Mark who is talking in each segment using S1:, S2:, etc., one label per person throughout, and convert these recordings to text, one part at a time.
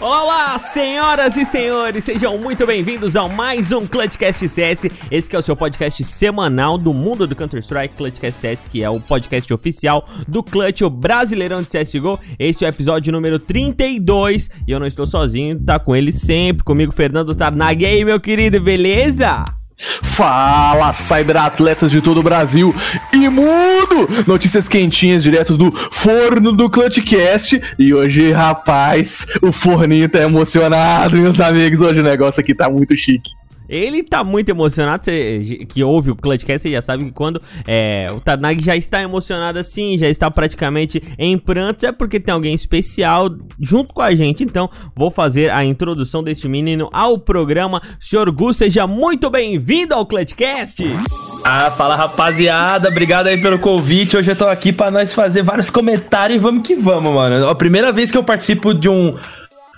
S1: Olá, olá, senhoras e senhores, sejam muito bem-vindos ao mais um Clutchcast CS. Esse que é o seu podcast semanal do mundo do Counter-Strike, Clutchcast CS, que é o podcast oficial do Clutch, o Brasileirão de CSGO. Esse é o episódio número 32 e eu não estou sozinho, tá com ele sempre, comigo Fernando Tarnag. E aí, meu querido, beleza?
S2: Fala, cyberatletas de todo o Brasil e mundo! Notícias quentinhas direto do forno do Clutchcast. E hoje, rapaz, o forninho tá emocionado, meus amigos. Hoje o negócio aqui tá muito chique.
S1: Ele tá muito emocionado, você que ouve o Clutchcast, você já sabe que quando é, o Tanag já está emocionado assim, já está praticamente em prantos, é porque tem alguém especial junto com a gente. Então, vou fazer a introdução deste menino ao programa. Senhor Gu, seja muito bem-vindo ao Clutchcast!
S3: Ah, fala rapaziada, obrigado aí pelo convite. Hoje eu tô aqui pra nós fazer vários comentários e vamos que vamos, mano. É a primeira vez que eu participo de um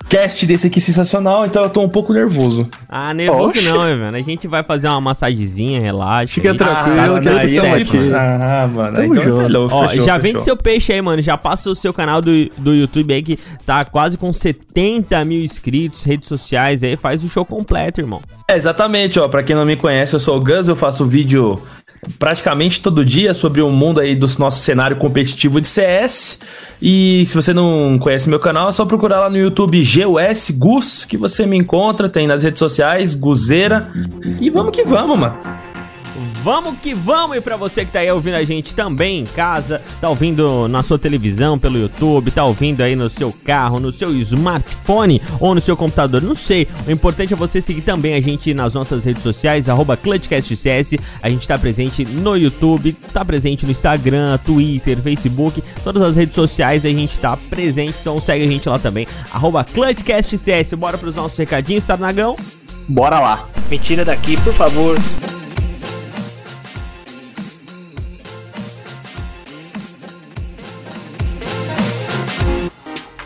S3: cast desse aqui sensacional, então eu tô um pouco nervoso.
S1: Ah, nervoso
S2: Oxe.
S1: não, hein, mano. A gente vai fazer uma massagezinha, relaxa.
S2: Fica
S1: aí.
S2: tranquilo,
S1: Ah,
S2: que
S1: tudo
S2: eles estão
S1: certo,
S2: aqui.
S1: mano.
S3: Ah, mano,
S2: Tamo
S3: então
S2: junto.
S3: fechou,
S1: Ó,
S3: fechou,
S1: já
S3: fechou.
S1: vende seu peixe aí, mano. Já passa o seu canal do, do YouTube aí que tá quase com 70 mil inscritos, redes sociais aí, faz o show completo, irmão.
S3: É, exatamente, ó. Pra quem não me conhece, eu sou o Gus, eu faço vídeo praticamente todo dia sobre o mundo aí do nosso cenário competitivo de CS. E se você não conhece meu canal, é só procurar lá no YouTube GUS Gus, que você me encontra, tem nas redes sociais, Guzeira. E vamos que vamos, mano.
S1: Vamos que vamos! E pra você que tá aí ouvindo a gente também em casa, tá ouvindo na sua televisão, pelo YouTube, tá ouvindo aí no seu carro, no seu smartphone ou no seu computador, não sei. O importante é você seguir também a gente nas nossas redes sociais, arroba ClutchCastCS. A gente tá presente no YouTube, tá presente no Instagram, Twitter, Facebook, todas as redes sociais a gente tá presente, então segue a gente lá também, arroba ClutchCastCS. Bora pros nossos recadinhos, Tarnagão?
S2: Bora lá.
S4: Me tira daqui, por favor.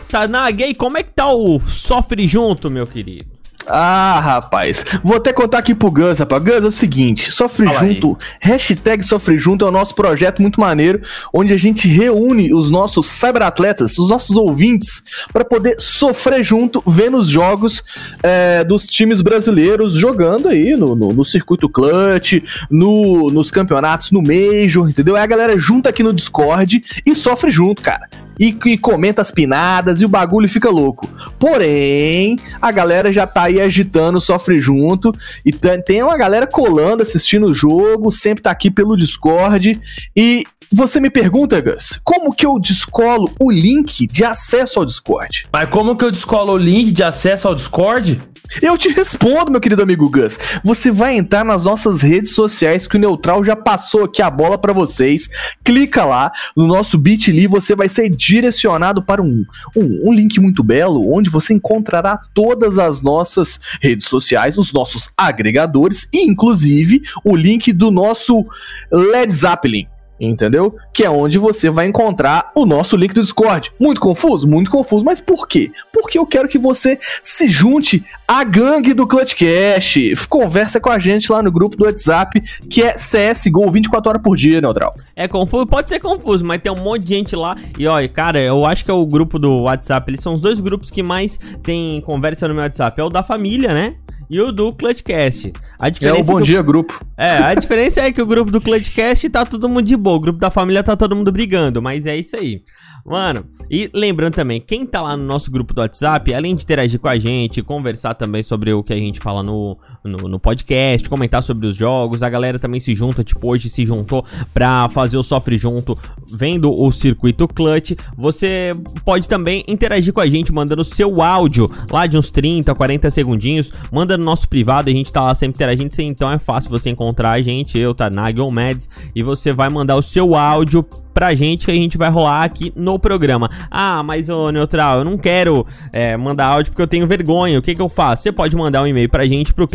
S1: Tarnag, e aí, como é que tá o Sofre Junto, meu querido?
S2: Ah, rapaz. Vou até contar aqui pro Gus, rapaz. Gus, é o seguinte, Sofre
S3: Fala aí.
S2: Junto, hashtag Sofre Junto é o nosso projeto muito maneiro, onde a gente reúne os nossos cyberatletas, os nossos ouvintes, pra poder sofrer junto, vendo os jogos é, dos times brasileiros jogando aí no, no- no circuito clutch, no- nos campeonatos, no Major, entendeu? Aí a galera junta aqui no Discord e sofre junto, cara. E, e comenta as pinadas e o bagulho fica louco. Porém, a galera já tá aí agitando, sofre junto. E tem- tem uma galera colando, assistindo o jogo, sempre tá aqui pelo Discord. E você me pergunta, Gus, como que eu descolo o link de acesso ao Discord?
S3: Mas como que eu descolo o link de acesso ao Discord?
S2: Eu te respondo, meu querido amigo Gus. Você vai entrar nas nossas redes sociais que o Neutral já passou aqui a bola pra vocês. Clica lá no nosso Bit.ly, você vai ser direcionado para um, um, um link muito belo, onde você encontrará todas as nossas redes sociais, os nossos agregadores e, inclusive, o link do nosso Led Zeppelin. Entendeu? Que é onde você vai encontrar o nosso link do Discord. Muito confuso? Muito confuso. Mas por quê? Porque eu quero que você se junte a gangue do Clutch Cash. Conversa com a gente lá no grupo do WhatsApp, que é CSGO 24 horas por dia, Neutral.
S1: É confuso? Pode ser confuso, mas tem um monte de gente lá. E olha, cara, eu acho que é o grupo do WhatsApp. Eles são os dois grupos que mais tem conversa no meu WhatsApp. É o da família, né? E o do Clutchcast. A
S2: É
S1: diferença
S2: o bom
S1: que
S2: dia, grupo.
S1: É, a diferença é que o grupo do Clutchcast tá todo mundo de boa. O grupo da família tá todo mundo brigando, mas é isso aí. Mano, e lembrando também, quem tá lá no nosso grupo do WhatsApp, além de interagir com a gente, conversar também sobre o que a gente fala no, no, no podcast, comentar sobre os jogos, a galera também se junta, tipo, hoje se juntou pra fazer o Sofre Junto vendo o Circuito Clutch. Você pode também interagir com a gente mandando o seu áudio lá de uns 30, 40 segundinhos. Manda no nosso privado, a gente tá lá sempre interagindo. Então é fácil você encontrar a gente, eu, Tanag ou Mads, e você vai mandar o seu áudio pra gente que a gente vai rolar aqui no programa. Ah, mas ô Neutral, eu não quero é, mandar áudio porque eu tenho vergonha. O que que eu faço? Você pode mandar um e-mail pra gente pro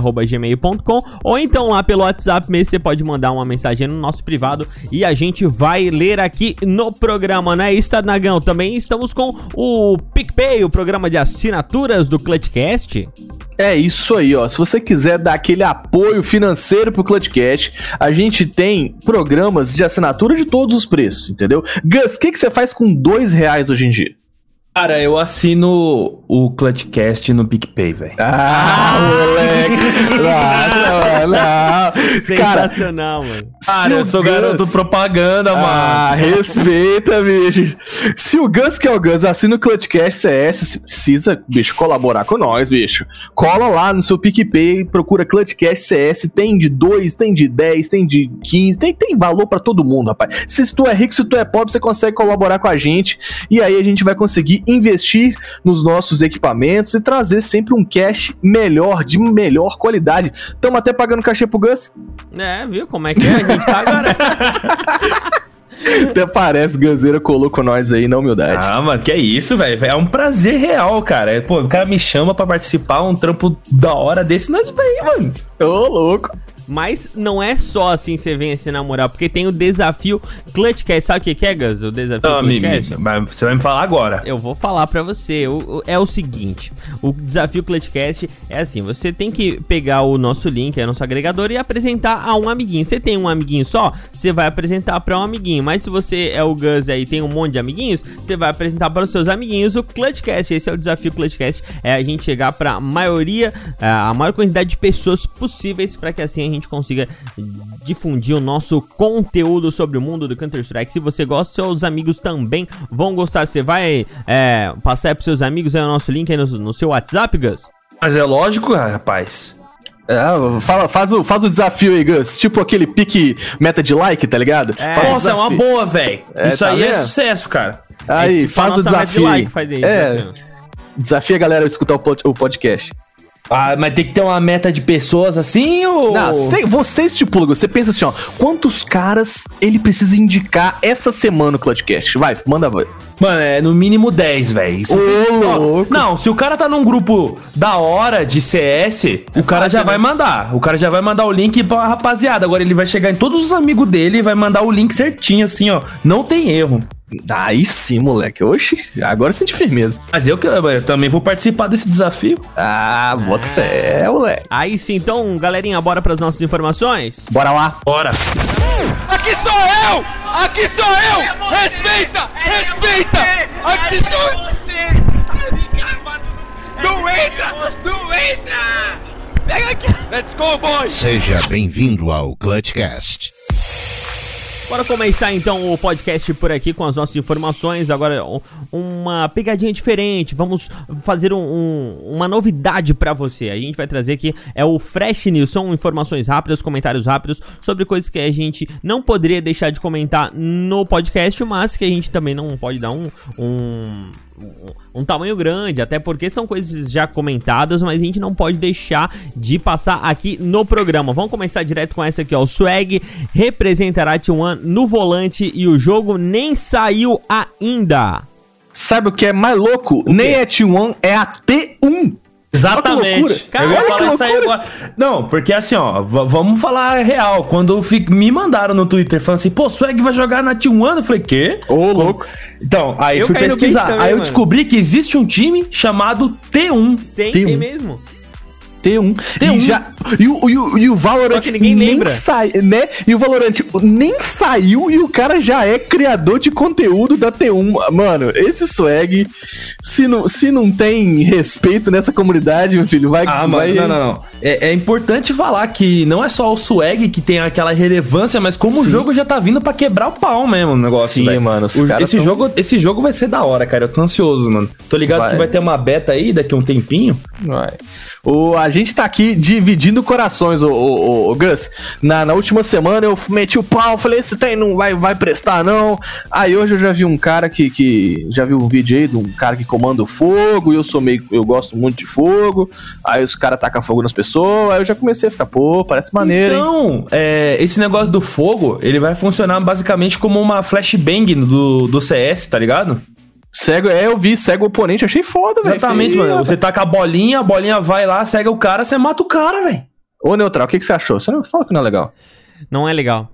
S1: clutchcastcs@gmail.com ou então lá pelo WhatsApp mesmo você pode mandar uma mensagem no nosso privado e a gente vai ler aqui no programa, não é isso, Tadnagão? Também estamos com o PicPay, o programa de assinaturas do ClutchCast.
S2: É isso aí, ó. Se você quiser dar aquele apoio financeiro pro Clutchcast, a gente tem programas de assinatura de todos os preços, entendeu? Gus, o que, que você faz com dois reais hoje em dia?
S3: Cara, eu assino o Clutchcast no PicPay, velho.
S2: Ah, moleque! Nossa, não. Cara,
S1: Sensacional, mano.
S3: Cara,
S2: se
S3: eu
S2: o
S3: sou
S2: Gus-
S3: garoto propaganda,
S2: Ah,
S3: mano.
S2: respeita, bicho. Se o Gus que é o Gus assina o Clutchcast CS, se precisa, bicho, colaborar com nós, bicho. Cola lá no seu PicPay, procura Clutchcast CS, tem de 2, tem de 10, tem de 15, tem, tem valor pra todo mundo, rapaz. Se tu é rico, se tu é pobre, você consegue colaborar com a gente e aí a gente vai conseguir investir nos nossos equipamentos e trazer sempre um cash melhor, de melhor qualidade. Estamos até pagando cachê pro Gus?
S1: É, viu como é que é? A gente tá agora.
S2: Até parece, Guseira colou com nós aí na humildade.
S3: Ah, mano, que é isso, velho. É um prazer real, cara. É, Pô, o cara me chama pra participar, um trampo da hora desse, nós vem, mano.
S2: Ô, louco.
S1: Mas não é só assim você venha se namorar, porque tem o desafio Clutchcast. Sabe o que que é, Gus? O desafio
S3: Não, me,
S1: Clutchcast?
S3: me- mas você vai me falar agora.
S1: Eu vou falar pra você. O- o- é o seguinte: o desafio Clutchcast é assim: você tem que pegar o nosso link, é nosso agregador, e apresentar a um amiguinho. Você tem um amiguinho só, você vai apresentar pra um amiguinho. Mas se você é o Gus aí e tem um monte de amiguinhos, você vai apresentar para os seus amiguinhos o Clutchcast. Esse é o desafio Clutchcast: é a gente chegar pra maioria, é, a maior quantidade de pessoas possíveis, pra que assim a gente consiga difundir o nosso conteúdo sobre o mundo do Counter-Strike. Se você gosta, seus amigos também vão gostar. Você vai é, passar aí pros seus amigos aí o nosso link aí no, no seu WhatsApp, Gus?
S3: Mas é lógico, rapaz.
S2: É, fala, faz, o, faz o desafio aí, Gus. Tipo aquele pique meta de like, tá ligado?
S1: É.
S2: Faz o
S3: Nossa, é uma
S2: desafio.
S3: boa, velho.
S2: É,
S3: isso
S2: tá
S3: aí é
S2: vendo?
S3: sucesso, cara.
S2: Aí,
S1: É tipo a
S2: faz o
S1: nossa meta de
S2: desafio.
S1: like assim,
S2: Like,
S1: que faz aí,
S2: é,
S1: desafio.
S2: desafia a galera a escutar o, pod- o podcast.
S3: Ah, mas tem que ter uma meta de pessoas assim ou.
S2: Não, cê, você estipula, Gus. você pensa assim, ó. Quantos caras ele precisa indicar essa semana no podcast? Vai, manda ver.
S3: Mano, é no mínimo 10, velho. Se
S2: Ô,
S3: você é só-
S2: louco.
S3: Não, se o cara tá num grupo da hora de CS,
S2: É
S3: o cara já
S2: né?
S3: vai mandar. O cara já vai mandar o link pra rapaziada. Agora ele vai chegar em todos os amigos dele e vai mandar o link certinho, assim, ó. Não tem erro.
S2: Aí sim, moleque. Oxi, agora eu senti firmeza.
S3: Mas eu, que- eu também vou participar desse desafio.
S2: Ah, bota fé, moleque.
S1: Aí sim, então, galerinha, bora pras nossas informações?
S2: Bora lá.
S3: Bora.
S4: Aqui sou eu! Aqui sou eu! respeita! respeita! Aqui sou eu! Não entra! Não entra! Pega aqui! Let's go, boys!
S5: Seja bem-vindo ao Clutchcast.
S1: Bora começar então o podcast por aqui com as nossas informações. Agora, um- uma pegadinha diferente. Vamos fazer um- um- uma novidade pra você. A gente vai trazer aqui é o Fresh News. São informações rápidas, comentários rápidos sobre coisas que a gente não poderia deixar de comentar no podcast, mas que a gente também não pode dar um- um um- um tamanho grande, até porque são coisas já comentadas, mas a gente não pode deixar de passar aqui no programa. Vamos começar direto com essa aqui, ó. O Swag representará T1 no volante e o jogo nem saiu ainda.
S2: Sabe o que é mais louco? Nem é T1, é a T1. Olha
S3: Exatamente.
S2: que loucura.
S3: eu ia
S2: Olha
S3: falar
S2: que
S3: isso aí
S2: loucura.
S3: agora. Não, porque assim, ó, v- vamos falar a real. Quando eu fi- me mandaram no Twitter falando assim, pô, Swag vai jogar na T1, eu falei, quê?
S2: Ô, louco.
S3: Então, aí
S1: Eu
S3: eu fui
S1: caí no
S3: pesquisar.
S1: bait também,
S3: aí eu
S1: mano.
S3: descobri que existe um time chamado T1.
S1: Tem,
S2: Tem
S1: tem,
S2: um.
S1: mesmo?
S2: T1.
S3: T1.
S2: E, já, e, o, e, o, e o Valorant
S1: Só que ninguém
S2: nem
S1: lembra.
S2: sai, né? E o Valorant nem saiu e o cara já é criador de conteúdo da T1. Mano, esse swag, se não, se não tem respeito nessa comunidade, meu filho, vai.
S3: Ah,
S2: vai
S3: mano, não, não, não. É, é importante falar que não é só o swag que tem aquela relevância, mas como o
S2: Sim.
S3: jogo já tá vindo pra quebrar o pau mesmo o negócio.
S2: Sim,
S3: velho.
S2: mano, os
S3: O-
S2: caras
S3: esse,
S2: tão-
S3: jogo, esse jogo vai ser da hora, cara. Eu tô ansioso, mano. Tô ligado
S2: Vai.
S3: que vai ter uma beta aí daqui a um tempinho.
S2: Vai. O, a gente tá aqui dividindo corações, o, Gus. Na, na última semana eu meti o pau, falei, esse trem não vai, vai prestar, não. Aí hoje eu já vi um cara que, que. Já vi um vídeo aí de um cara que comanda o fogo, e eu sou meio. Eu gosto muito de fogo. Aí os caras tacam fogo nas pessoas, aí eu já comecei a ficar, pô, parece maneiro, hein?
S3: Então, é, esse negócio do fogo, ele vai funcionar basicamente como uma flashbang do, do CS, tá ligado?
S2: Cego, é, eu vi, cego o oponente, achei foda, velho.
S3: Exatamente,
S2: Falei,
S3: mano.
S2: "Ih,
S3: Você tá com a bolinha, a bolinha vai lá, segue o cara, você mata o cara, velho.
S2: Ô, Neutral, o que, que você achou? Você não fala que não é legal.
S1: Não é legal.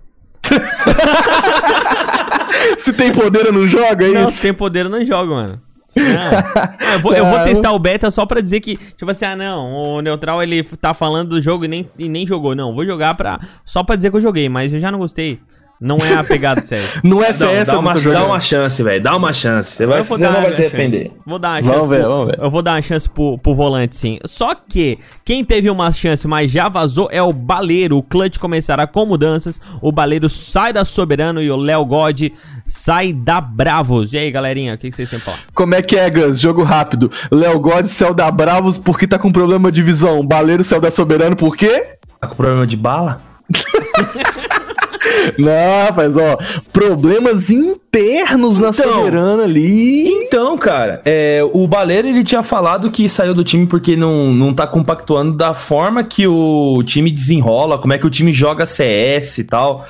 S2: Se tem poder, eu não jogo, é
S1: Não,
S2: isso?
S3: é
S1: sem poder eu não jogo, mano. Não. Eu vou, eu
S2: Não.
S1: vou testar o beta só pra dizer que, tipo assim, ah não, o Neutral ele tá falando do jogo e nem, e nem jogou. Não, vou jogar pra, só pra dizer que eu joguei, mas eu já não gostei. Não é a pegada certa.
S2: Não é
S3: Não,
S2: CS,
S3: dá,
S2: eu não
S3: uma,
S2: tô
S3: dá
S2: jogando.
S3: uma chance, velho. Dá uma chance. Você, vai, né,
S1: Eu vou
S3: você
S1: dar
S3: não
S1: uma
S3: vai se
S1: chance.
S3: arrepender.
S1: Vou dar uma
S2: Vamos
S1: chance.
S2: ver,
S1: pro-
S2: vamos ver.
S1: Eu vou dar uma chance pro, pro volante, sim. Só que quem teve uma chance, mas já vazou, é o Baleiro. O clutch começará com mudanças. O Baleiro sai da Soberano e o Léo God sai da Bravos. E aí, galerinha, o que que vocês têm pra falar?
S2: Como é que é, Gus? Jogo rápido. Léo God, céu da Bravos, porque tá com problema de visão. Baleiro, céu da Soberano, por quê?
S3: Tá com problema de bala?
S2: Não, rapaz, ó. Problemas internos na
S3: Então.
S2: Soberana ali.
S3: Então, cara, é, o Baleiro ele tinha falado que saiu do time porque não, não tá compactuando da forma que o time desenrola, como é que o time joga CS e tal.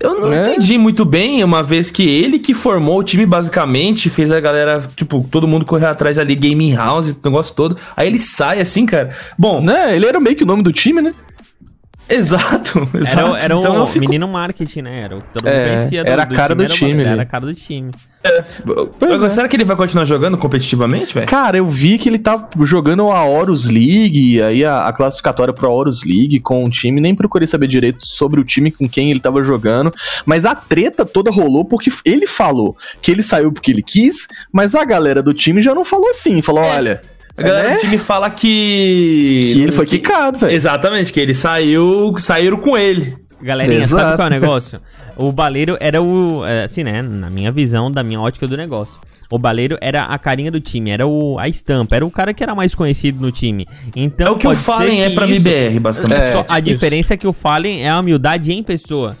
S3: Eu não
S2: É.
S3: entendi muito bem, uma vez que ele que formou o time, basicamente, fez a galera, tipo, todo mundo correr atrás ali, gaming house, o negócio todo. Aí ele sai assim, cara. Bom,
S2: Né? Ele era meio que o nome do time, né?
S3: exato, exato.
S1: Era, o- era
S3: então
S1: o
S3: eu fico
S1: menino marketing, né? Era o que todo mundo
S2: É,
S1: conhecia.
S2: era a cara do
S1: era o
S2: time
S1: Baleiro,
S2: ali.
S1: Era a cara do time.
S2: Pois
S3: Agora,
S2: é.
S3: Será que ele vai continuar jogando competitivamente, velho?
S2: Cara, eu vi que ele tá jogando a Horus League, aí a, a classificatória pro Horus League com o time. Nem procurei saber direito sobre o time com quem ele tava jogando. Mas a treta toda rolou porque f- ele falou que ele saiu porque ele quis, mas a galera do time já não falou assim. Falou, olha.
S3: A galera
S2: né?
S3: do time fala que.
S2: Que ele foi quicado, velho.
S3: Exatamente, que ele saiu. Saíram com ele.
S1: Galerinha, sabe
S2: Exato.
S1: qual é o negócio? O baleiro era o. é, Assim, né? Na minha visão, da minha ótica do negócio. O baleiro era a carinha do time, era o, a estampa, era o cara que era mais conhecido no time. Então,
S3: É o que o
S1: pode ser
S3: Fallen é
S1: que
S3: pra
S1: isso-
S3: MBR, basicamente.
S1: só-
S3: É,
S1: a diferença é que o Fallen é a humildade em pessoa.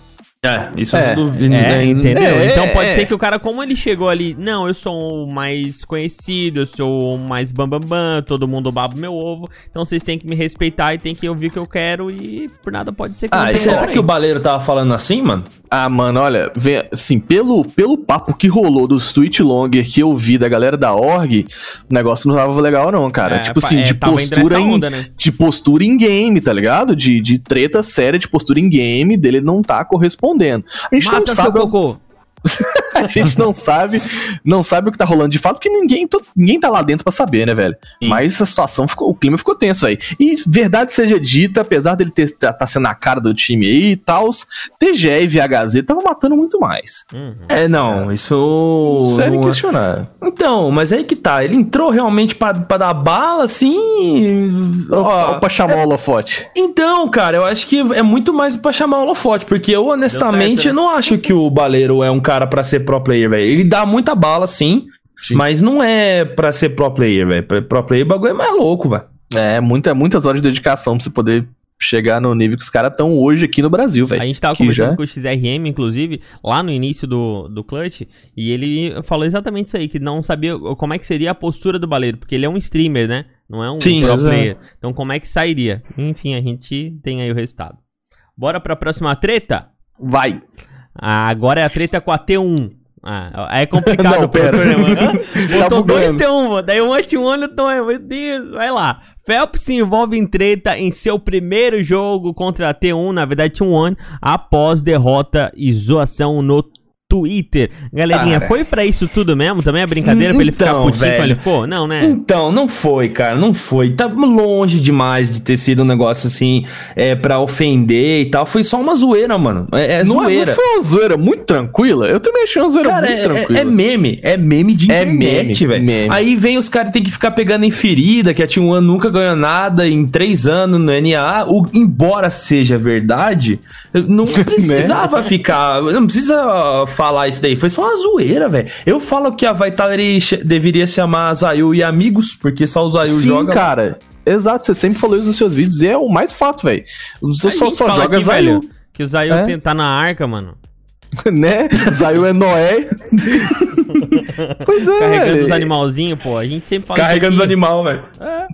S3: É, isso
S2: É,
S3: eu não duvido.
S1: É,
S3: né?
S1: entendeu?
S2: é,
S1: então
S2: é,
S1: pode
S2: é.
S1: ser que o cara, como ele chegou ali, não, eu sou o mais conhecido, eu sou o mais bambambam, bam, bam, todo mundo baba meu ovo, então vocês têm que me respeitar e tem que ouvir o que eu quero e por nada pode ser é que
S2: Ah,
S1: não
S3: Aí,
S1: tenha
S3: será
S1: ninguém.
S3: que o Baleiro tava falando assim, mano?
S2: Ah, mano, olha, vê, assim, pelo, pelo papo que rolou dos tweet longer que eu vi da galera da org, o negócio não tava legal não, cara.
S1: É,
S2: tipo
S1: pa-
S2: assim,
S1: é,
S2: de
S1: tava indo
S2: postura
S1: nessa
S2: em,
S1: onda, né?
S2: de postura em game, tá ligado? De, de treta séria de postura em game dele não tá correspondendo. A gente não
S1: Mata seu
S2: sabe,
S1: cocô.
S2: a gente não sabe, não sabe o que tá rolando de fato, porque ninguém, to- ninguém tá lá dentro pra saber, né, velho?
S3: Sim.
S2: Mas a situação ficou, o clima ficou tenso aí. E verdade seja dita, apesar dele ter tá sendo a cara do time aí e tal, TGE e VHZ tava matando muito mais.
S3: É, não, isso.
S2: Sério
S3: não é-
S2: questionar.
S3: Então, mas aí que tá. Ele entrou realmente pra, pra dar bala, assim. ó, é-
S2: Opa, chamou o holofote.
S3: Então, cara, eu acho que é muito mais pra chamar o holofote, porque eu honestamente
S1: Deu certo, né?
S3: eu não acho que o Baleiro é um cara pra ser pro player, velho. Ele dá muita bala, sim,
S2: Sim.
S3: mas não é pra ser pro player, velho. Pra- Pro player o bagulho é mais louco, velho.
S2: É, muita, muitas horas de dedicação pra você poder chegar no nível que os caras estão hoje aqui no Brasil, velho.
S1: A gente tava
S2: Que
S1: conversando
S2: já-
S1: com o XRM, inclusive, lá no início do, do Clutch, e ele falou exatamente isso aí, que não sabia como é que seria a postura do baleiro, porque ele é um streamer, né? Não é um
S3: Sim,
S1: pro
S3: exato.
S1: player. Então como é que sairia? Enfim, a gente tem aí o resultado. Bora pra próxima treta?
S2: Vai.
S1: Ah, agora é a treta com a T1. Ah, é complicado
S2: Não,
S1: pro
S2: pera.
S1: programa. Hã? Botou
S2: bugando.
S1: dois T1, mano. daí um T1 no Tonho. Meu Deus, vai lá. Phelps se envolve em treta em seu primeiro jogo contra a T1, na verdade T1, após derrota e zoação no Twitter. Galerinha,
S3: Cara.
S1: foi pra isso tudo mesmo? Também é brincadeira pra ele ficar
S3: Então,
S1: putinho
S3: velho.
S1: como ele ficou? Não, né?
S3: Então, não foi, cara, não foi. Tá longe demais de ter sido um negócio assim, é, pra ofender e tal. Foi só uma zoeira, mano. É, é
S2: Não, é-
S3: zoeira.
S2: não foi uma zoeira muito tranquila? Eu também achei uma zoeira
S3: Cara,
S2: muito
S3: é,
S2: tranquila.
S3: é- é meme. É meme de
S2: É
S3: internet,
S2: meme, meme.
S3: velho. Aí vem os caras que tem que ficar pegando em ferida, que a T1 nunca ganhou nada em três anos no NA. O, embora seja verdade, não precisava ficar. Não precisa falar isso daí. Foi só uma zoeira, velho. Eu falo que a Vitality che- deveria se chamar Zayu e amigos, porque só o Zayu
S2: Sim,
S3: joga.
S2: cara. Exato, você sempre falou isso nos seus vídeos e é o mais fato, velho. Você
S1: A
S2: só,
S1: gente
S2: só
S1: fala
S2: joga
S1: aqui,
S2: Zayu,
S1: velho, Que o Zayu
S2: É.
S1: tem- tá na arca, mano.
S2: né? Zayu é Noé. pois é,
S1: Carregando
S2: velho.
S1: os animalzinhos, pô. A gente sempre fala isso
S3: Carregando os
S1: aqui.
S3: animal, velho.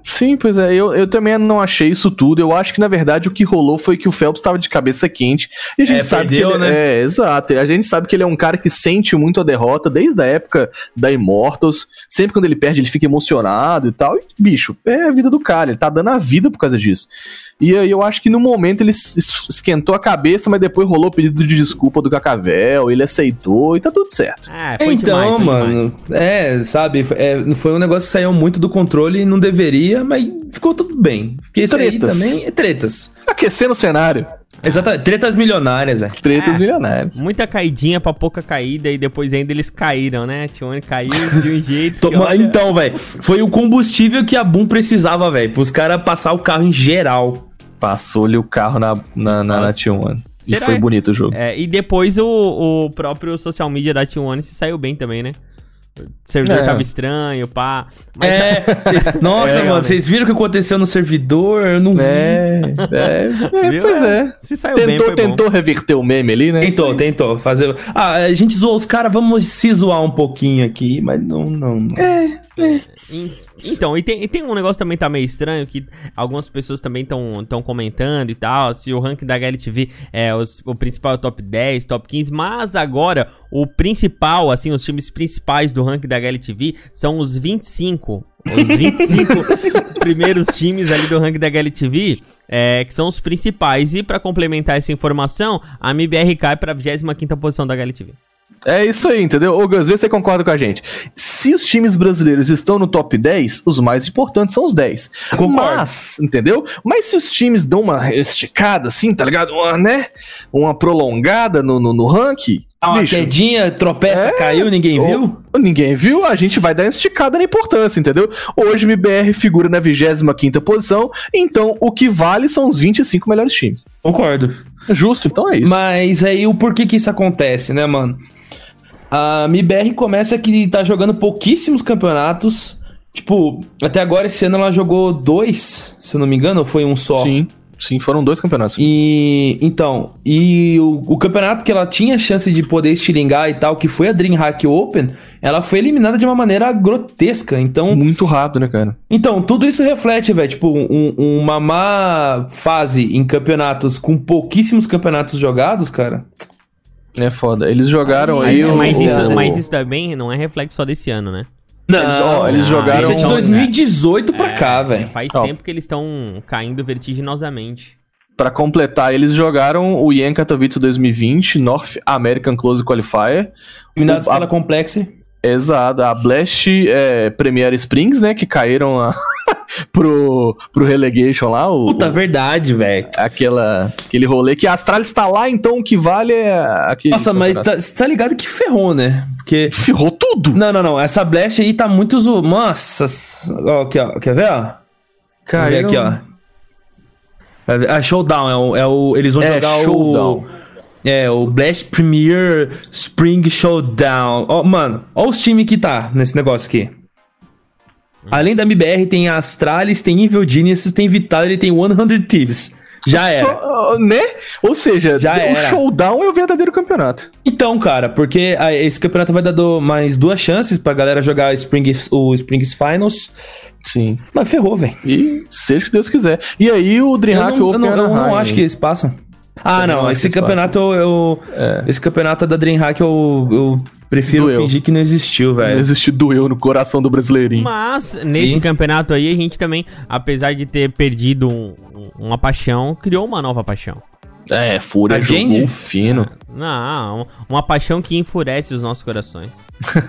S2: Sim, pois é, eu, eu também não achei isso tudo. Eu acho que, na verdade, o que rolou foi que o Phelps estava de cabeça quente. E a gente
S3: É,
S2: sabe
S3: perdeu,
S2: que ele,
S3: né?
S2: É, exato. A gente sabe que ele é um cara que sente muito a derrota desde a época da Immortals. Sempre quando ele perde, ele fica emocionado e tal. E, bicho, é a vida do cara, ele tá dando a vida por causa disso. E aí eu acho que no momento ele es- es- esquentou a cabeça, mas depois rolou o pedido de desculpa do Cacavel, ele aceitou e tá tudo certo.
S1: Ah, foi demais,
S3: Então,
S1: foi
S3: mano. É, sabe? é, foi um negócio que saiu muito do controle e não deveria, mas ficou tudo bem. Porque isso aí
S2: Tretas.
S3: também é tretas.
S2: Aquecendo o cenário.
S3: Exatamente. Tretas milionárias, velho.
S2: Tretas
S1: É.
S2: milionárias.
S1: Muita caidinha pra pouca caída e depois ainda eles caíram, né? Tione caiu de um jeito.
S3: Toma-
S1: que, olha,
S3: Então, velho, foi o combustível que a Boom precisava, velho, pros caras passar o carro em geral.
S2: Passou-lhe o carro na, na, na, na T1. E
S1: Será?
S2: foi bonito o jogo.
S1: é, e depois o, o próprio social media da T1 se saiu bem também, né? O servidor
S2: É.
S1: tava estranho, pá. Mas
S3: É, nossa,
S1: É,
S3: mano,
S1: realmente.
S3: vocês viram o que aconteceu no servidor? Eu não vi.
S2: É, é, é,
S1: Viu?
S2: pois é.
S1: se saiu bem,
S2: Tentou,
S1: foi bom.
S2: tentou reverter o meme ali, né?
S3: Tentou, tentou fazer. Ah, a gente zoou os caras, vamos se zoar um pouquinho aqui, mas não, não. não.
S1: En- Então, e tem, e tem um negócio também que tá meio estranho, que algumas pessoas também estão tão comentando e tal, se o ranking da HLTV é os- o principal é o top 10, top 15, mas agora o principal, assim, os times principais do ranking da HLTV são os 25. Os 25 primeiros times ali do ranking da HLTV, é, que são os principais. E pra complementar essa informação, a MBR cai pra 25ª posição da HLTV.
S2: É isso aí, entendeu? Ô, Gus, vê se você concorda com a gente. Se os times brasileiros estão no top 10, os mais importantes são os 10.
S3: Concordo.
S2: Mas, entendeu? Mas se os times dão uma esticada assim, tá ligado? Uma, né? Uma prolongada no, no, no ranking,
S3: Ah, uma
S2: bicho, É,
S3: quedinha, tropeça, caiu, ninguém
S2: Ô,
S3: viu?
S2: Ninguém viu, a gente vai dar uma esticada na importância, entendeu? Hoje MBR figura na 25ª posição, então o que vale são os 25 melhores times.
S3: Concordo.
S2: Justo, então é isso.
S3: Mas aí o porquê que isso acontece, né, mano? A MIBR começa que tá jogando pouquíssimos campeonatos. Tipo, até agora esse ano ela jogou dois, se eu não me engano, ou foi um só.
S2: Sim, sim, foram dois campeonatos.
S3: E então, e o, o campeonato que ela tinha chance de poder estilingar e tal, que foi a DreamHack Open, ela foi eliminada de uma maneira grotesca. Então,
S2: Muito rápido, né, cara?
S3: então, tudo isso reflete, velho, tipo, um- uma má fase em campeonatos com pouquíssimos campeonatos jogados, cara.
S2: É foda. Eles jogaram aí,
S1: Mas,
S2: o.
S1: mas isso,
S2: o-
S1: mas isso também não é reflexo só desse ano, né?
S3: Não,
S2: Eles- ó, eles jogaram-
S3: Isso é de 2018 pra cá,
S1: É,
S3: velho.
S1: Faz
S2: Ó.
S1: tempo que eles estão caindo vertiginosamente.
S2: Pra completar, eles jogaram o Yen Katowice 2020, North American Close Qualifier.
S3: Eliminados
S2: O- a-
S3: pela Complexe.
S2: Exato, a Blast é, Premier Springs, né? Que caíram a- pro, pro Relegation lá. O,
S3: Puta, verdade, velho.
S2: o- aquela, aquele rolê que a Astralis está lá, então o que vale é. Aqui,
S3: Nossa, mas tá, tá ligado que ferrou, né? Porque.
S2: Ferrou tudo!
S3: Não, não, não. Essa Blast aí tá muito zo... Nossa. s- Ó, aqui, ó. Quer ver, ó? Vamos ver
S2: Caíram-
S3: aqui, ó. Vai ver- Ah, Showdown. É o, é o- eles vão
S2: É,
S3: jogar
S2: Showdown.
S3: o... É, o Blast Premier Spring Showdown. Ó, mano, ó os times que tá nesse negócio aqui. Além da MBR, tem a Astralis, tem Evil Geniuses, tem Vitality, tem 100 Thieves. Já era.
S2: Só, né? Ou seja,
S3: Já
S2: o
S3: era.
S2: showdown é o verdadeiro campeonato.
S3: Então, cara, porque ah, esse campeonato vai dar do- mais duas chances pra galera jogar Spring, o Springs Finals.
S2: Sim.
S3: Mas ferrou, velho.
S2: E seja o que Deus quiser. E aí o
S3: Eu,
S2: Dreamhack
S3: não, eu,
S2: Open
S3: não, eu não
S2: Anaheim. né?
S3: acho que eles passam. Ah,
S2: Eu não
S3: não.
S2: acho que
S3: Esse
S2: eles
S3: campeonato eu. Esse campeonato da Dreamhack eu, eu prefiro
S2: É. Doeu.
S3: fingir que não existiu,
S2: Não
S3: velho.
S2: existe doeu no coração do brasileirinho.
S1: Mas nesse
S3: Sim.
S1: campeonato aí, a gente também, apesar de ter perdido um- um- uma paixão, criou uma nova paixão.
S2: É, Fúria
S3: A
S2: jogou
S3: Genji?
S2: fino.
S1: Não, Ah, um, uma paixão que enfurece os nossos corações.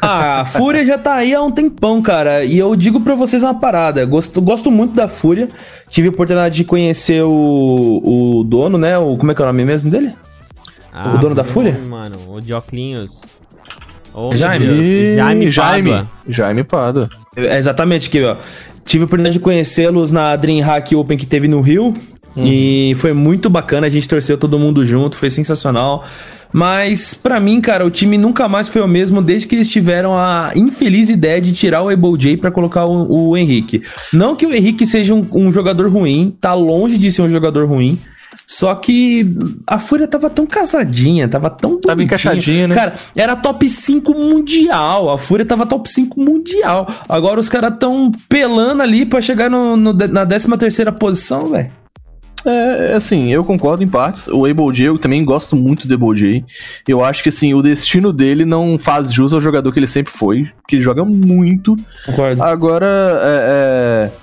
S3: Ah, a Fúria já tá aí há um tempão, cara. E eu digo pra vocês uma parada. Gosto, gosto muito da Fúria. Tive a oportunidade de conhecer o, o dono, né? O, como é que é o nome mesmo dele?
S1: Ah,
S3: dono da Fúria?
S1: Mano, o Dioclinhos. Ô,
S3: Jaime.
S1: meu Deus,
S2: Ih,
S1: Jaime.
S2: Jaime.
S1: Pádua.
S2: Jaime Pádua.
S3: É, exatamente, aqui, ó. Tive a oportunidade de conhecê-los na DreamHack Open que teve no Rio.
S2: Uhum.
S3: E foi muito bacana, a gente torceu todo mundo junto, foi sensacional. Mas, pra mim, cara, o time nunca mais foi o mesmo desde que eles tiveram a infeliz ideia de tirar o Able J pra colocar o, o Henrique. Não que o Henrique seja um, um jogador ruim, tá longe de ser um jogador ruim. Só que a Fúria tava tão casadinha, tava tão. bonitinha.
S2: encaixadinha, né?
S3: Cara, era top 5 mundial. A Fúria tava top 5 mundial. Agora os caras tão pelando ali pra chegar no, no de- na 13 terceira posição, velho.
S2: É, assim, eu concordo em partes. O Able J, eu também gosto muito do Able J. Eu acho que, assim, o destino dele não faz jus ao jogador que ele sempre foi. Que ele joga muito.
S3: Concordo.
S2: Agora, é, é,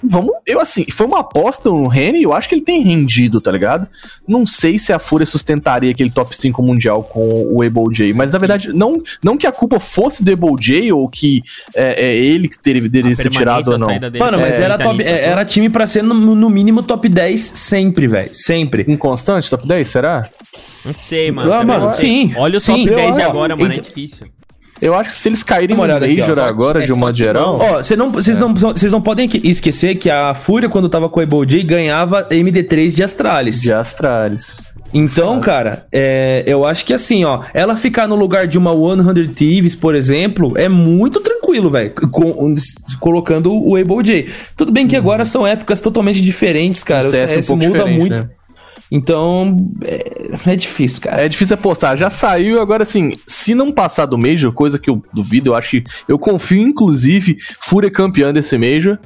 S2: Vamos, eu assim, foi uma aposta no Rene, eu acho que ele tem rendido, tá ligado? Não sei se a Fúria sustentaria aquele top 5 mundial com o Able J, mas na verdade, não, não que a culpa fosse do Able J ou que é, é ele que teria teria se tirado ou não.
S3: Mano,
S1: É,
S3: mas era, top- é, era time pra ser no, no mínimo top 10 sempre, velho. Sempre.
S2: Inconstante, top 10, será?
S1: Não sei, mano.
S3: Ah,
S1: Você
S3: mano,
S1: vê,
S3: sim,
S1: Olha o
S3: sim.
S1: top 10 de
S2: Eu-
S1: agora, mano. É
S3: Então-
S1: difícil.
S2: Eu acho que se eles caírem
S3: Dá
S2: no
S3: uma olhada aqui,
S2: Major
S3: ó.
S2: agora, de um modo geral.
S3: Ó, vocês não, vocês não, vocês não podem que- esquecer que a Fúria, quando tava com o Able J, ganhava MD3 de Astralis.
S2: De Astralis.
S3: Então, cara, é, eu acho que assim, ó, ela ficar no lugar de uma 100 Thieves, por exemplo, é muito tranquilo, velho, com- colocando o Able J. Tudo bem que agora são épocas totalmente diferentes, cara.
S2: O CS é Uhum. um pouco diferente, né?
S3: Então, é, é difícil, cara.
S2: É difícil apostar. Já saiu, agora assim, se não passar do Major, coisa que eu duvido, eu acho que. Eu confio, inclusive, Fúria campeã desse Major.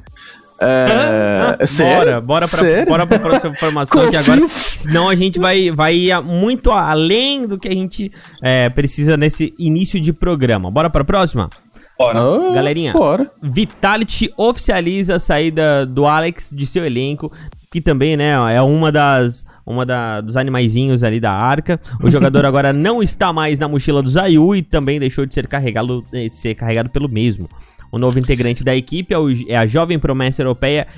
S2: É. é sério?
S1: Bora, bora pra,
S2: Sério?
S1: bora pra próxima informação que
S2: Confio.
S1: agora. Senão a gente vai, vai a- muito além do que a gente é, precisa nesse início de programa. Bora pra próxima?
S2: Ah,
S1: Galerinha.
S2: Bora.
S1: Vitality oficializa a saída do Alex de seu elenco, que também, né, é uma das uma da- dos animaizinhos ali da arca. O jogador agora não está mais na mochila do Zayu e também deixou de ser carregado, eh, ser carregado pelo mesmo. O novo integrante da equipe é, o- é a jovem promessa europeia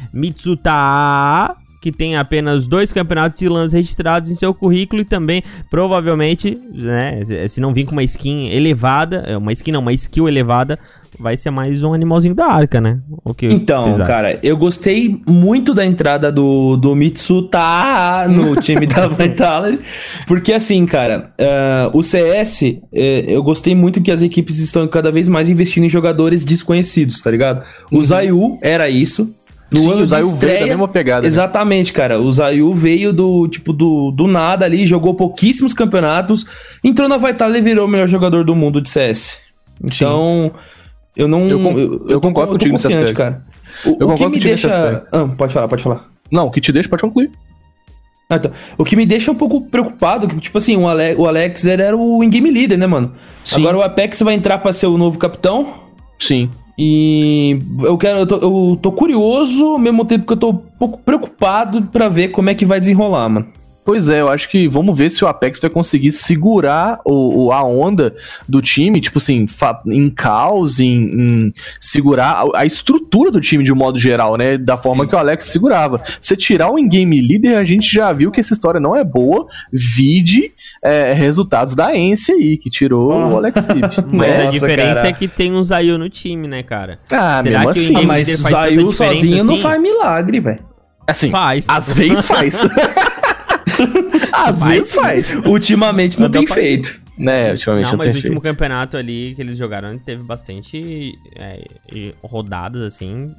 S1: Mitsuta, que tem apenas dois campeonatos e lãs registrados em seu currículo e também provavelmente, né, se- se não vir com uma skin elevada, eh, uma skin não, uma skill elevada, vai ser mais um animalzinho da arca, né? O que
S3: Então,
S1: vocês acham?
S3: cara, eu gostei muito da entrada do, do Mitsuta no time da Vitality, porque assim, cara, ah, o CS, eh, eu gostei muito que as equipes estão cada vez mais investindo em jogadores desconhecidos, tá ligado? O Zayu era isso. No
S2: Uhum. Sim,
S3: ano
S2: o
S3: de
S2: Zayu veio da
S3: estreia-
S2: mesma pegada. né?
S3: Exatamente, cara. O Zayu veio do tipo do, do nada ali, jogou pouquíssimos campeonatos, entrou na Vitality e virou o melhor jogador do mundo de CS. Então, eu não
S2: Eu con- eu
S3: tô-
S2: concordo
S3: tô
S2: contigo nesse
S3: confiante,
S2: aspecto.
S3: cara. O, o que
S2: concordo
S3: me
S2: contigo nesse
S3: deixa,
S2: aspecto.
S3: ah, pode falar, pode falar.
S2: Não, o que te deixa pode concluir.
S3: Ah, então. O que me deixa um pouco preocupado, que, tipo assim, o Ale- o Alex, ele era o in-game leader, né, mano?
S2: Sim.
S3: Agora o Apex vai entrar pra ser o novo capitão.
S2: Sim.
S3: E eu quero, eu tô, eu tô curioso, ao mesmo tempo que eu tô um pouco preocupado pra ver como é que vai desenrolar, mano.
S2: Pois é, eu acho que vamos ver se o Apex vai conseguir segurar o, o- a onda do time, tipo assim, fa- em caos, em, em segurar a, a estrutura do time de um modo geral, né? Da forma que o Alex segurava. Se tirar o in-game líder, a gente já viu que essa história não é boa, vide é, resultados da Ence aí, que tirou o Alex Ibe,
S1: Ah. Mas
S2: né?
S1: a
S3: Nossa,
S1: diferença
S3: cara.
S1: é que tem um Zayu no time, né, cara?
S2: Ah,
S1: Será
S2: mesmo
S1: que o
S2: assim,
S3: Ah,
S1: in-game-
S3: mas
S1: líder faz tanta
S3: Zayu
S1: diferença
S3: sozinho não
S1: assim?
S3: faz milagre, velho.
S2: assim,
S1: Faz.
S2: às vezes faz. às vezes faz.
S3: Ultimamente
S1: Eu
S3: não tem
S1: tô fazendo.
S3: feito.
S2: Né, ultimamente
S1: Não,
S2: não,
S1: mas
S2: tem
S1: o último
S2: feito.
S1: campeonato ali que eles jogaram teve bastante é, e rodadas, assim,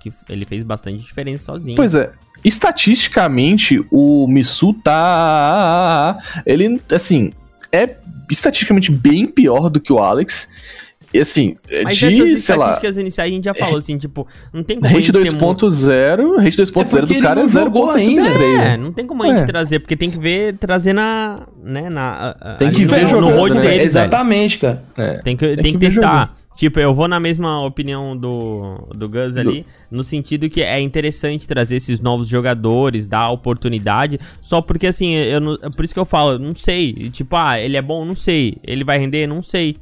S1: que f- ele fez bastante diferença sozinho.
S2: Pois é. Estatisticamente, o Misu tá. Ele, assim, é estatisticamente bem pior do que o Alex. E assim, é
S1: Mas
S2: de,
S1: essas
S2: sei lá,
S1: estatísticas iniciais a gente já falou, assim, tipo, não tem como a gente
S2: rate
S1: ter mu-
S2: 2.0, rate 2.0
S3: É porque
S2: do
S3: ele
S2: cara é
S3: não jogou ainda.
S2: 0.63.
S1: É,
S2: né?
S1: não tem como a gente
S2: É.
S1: trazer, porque tem que ver, trazer na, né, na... a- a-
S2: Tem
S1: ali
S2: que
S1: no,
S2: ver
S1: no
S2: jogando,
S1: road
S2: né?
S1: deles, velho.
S3: Exatamente, cara.
S2: É.
S1: Tem que, tem
S2: que
S1: que
S2: ver
S1: testar. Tipo, eu vou na mesma opinião do, do Gus ali, no sentido que é interessante trazer esses novos jogadores, dar oportunidade, só porque assim, eu não- é por isso que eu falo, eu não sei. E, Tipo, ah, ele é bom, não sei. Ele vai render, não sei.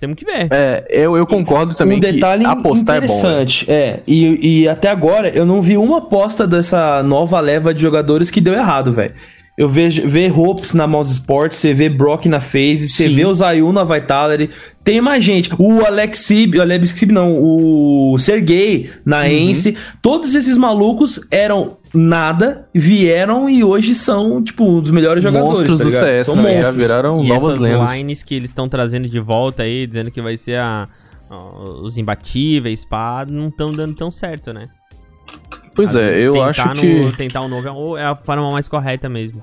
S1: Temos que ver.
S2: É, eu, eu concordo também
S3: um detalhe
S2: que apostar é bom. né?
S3: interessante, é. e, e até agora eu não vi uma aposta dessa nova leva de jogadores que deu errado, velho. Eu vejo vê Hopes na Mouse Sports, você vê Brock na FaZe, você
S2: Sim.
S3: vê o Zayu na Vitality, tem mais gente. O Alex Sib, o Alex Sib não, o Sergei na
S2: Uhum.
S3: Ence. Todos esses malucos eram nada, vieram e hoje são, tipo, um dos melhores jogadores.
S2: monstros
S3: tá
S2: do
S3: ligado?
S2: CS,
S3: são
S2: né? Já
S3: monstros.
S2: viraram
S1: e
S2: novas
S1: essas
S2: lendas.
S1: lines que eles estão trazendo de volta aí, dizendo que vai ser a- a- os imbatíveis, pá, não estão dando tão certo, né?
S2: Pois
S1: Às
S2: é,
S1: vezes
S2: eu
S1: tentar
S2: acho
S1: no-
S2: que.
S1: Tentar o novo é o- é a forma mais correta mesmo.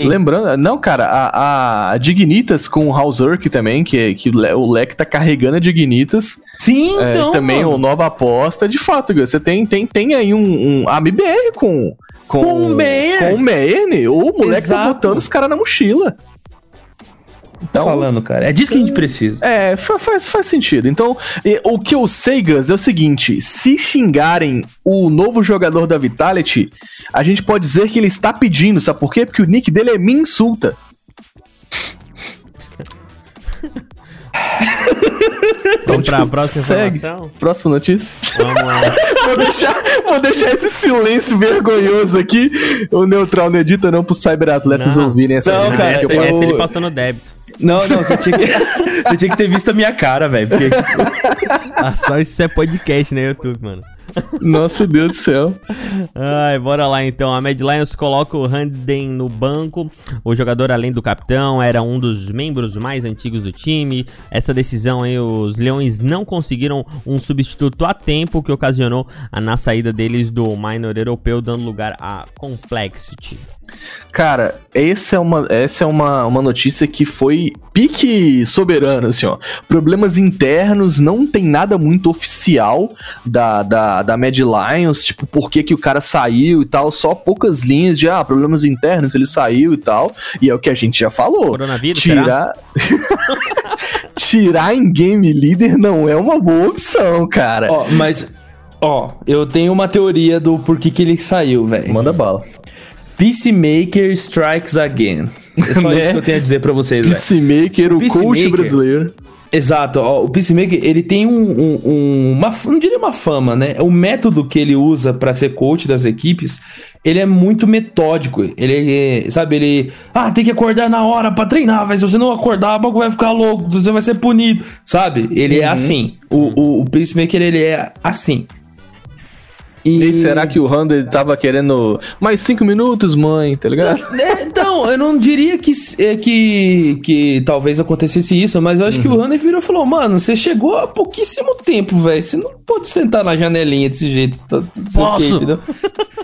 S2: Lembrando, não, cara, a, a Dignitas com o Hauserk também, que, que o Le- o Leque tá carregando a Dignitas.
S3: Sim,
S2: É,
S3: então.
S2: e também
S3: mano.
S2: o nova aposta, de fato, Gus, você tem, tem, tem aí um, um AMBR com. Com,
S3: Com o Meier.
S2: Com o Meier, né? Ou o moleque tá
S3: Exato.
S2: botando os caras na mochila.
S3: Tá falando, cara. É disso que a gente precisa.
S2: É, fa- faz, faz sentido. Então, e- o que eu sei, Gus, é o seguinte: se xingarem o novo jogador da Vitality, a gente pode dizer que ele está pedindo, sabe por quê? Porque o nick dele é Me Insulta.
S1: Vamos Então, pra próxima
S2: Então, Tipo, segue.
S1: informação?
S2: Próxima notícia.
S1: Vamos lá.
S2: vou, deixar, vou deixar esse silêncio vergonhoso aqui. O Neutral não edita, não, pros cyberatletas
S1: Não.
S2: ouvirem essa
S3: Não,
S2: merda
S3: cara,
S2: que
S1: essa,
S2: eu
S3: eu-
S1: essa ele passou no débito.
S3: Não, não, você tinha que, você tinha que ter visto a minha cara, velho. Porque
S1: A sorte isso é podcast no YouTube, mano.
S2: Nosso Deus do céu.
S1: Ai, bora lá então. A Mad Lions coloca o Handen no banco. O jogador, além do capitão, era um dos membros mais antigos do time. Essa decisão aí, os Leões não conseguiram um substituto a tempo, que ocasionou a na saída deles do minor europeu, dando lugar a Complexity.
S2: Cara, essa é uma, essa é uma, uma notícia que foi pique soberano, assim, ó. Problemas internos, não tem nada muito oficial da, da, da Mad Lions, tipo, por que, que o cara saiu e tal, só poucas linhas de, ah, problemas internos, ele saiu e tal, e é o que a gente já falou.
S1: Coronavírus, será?
S2: Tirar... Tirar em game líder não é uma boa opção, cara.
S3: Ó, mas. Ó, eu tenho uma teoria do porquê que ele saiu, velho.
S2: Manda bala.
S3: Peacemaker Strikes Again. É só
S2: Né?
S3: isso que eu tenho a dizer pra vocês, velho.
S2: Peacemaker, o coach
S3: Peacemaker.
S2: brasileiro.
S3: Exato, ó, o Peacemaker, ele tem um, um- um- uma, f- não diria uma fama, né? O método que ele usa pra ser coach das equipes, ele é muito metódico. Ele, é, sabe, ele, ah, tem que acordar na hora pra treinar, mas se você não acordar, o bagulho vai ficar louco, você vai ser punido, sabe? Ele é assim. O, o, o Peacemaker, ele é assim.
S2: E aí, será que o Hunter tava querendo mais cinco minutos, mãe, tá ligado?
S3: É, então, eu não diria que, é, que, que talvez acontecesse isso, mas eu acho que
S2: Uhum.
S3: o Runner virou e falou: Mano, você chegou há pouquíssimo tempo, velho. Você não pode sentar na janelinha desse jeito. tá- não sei o quê,
S1: Posso.
S3: entendeu?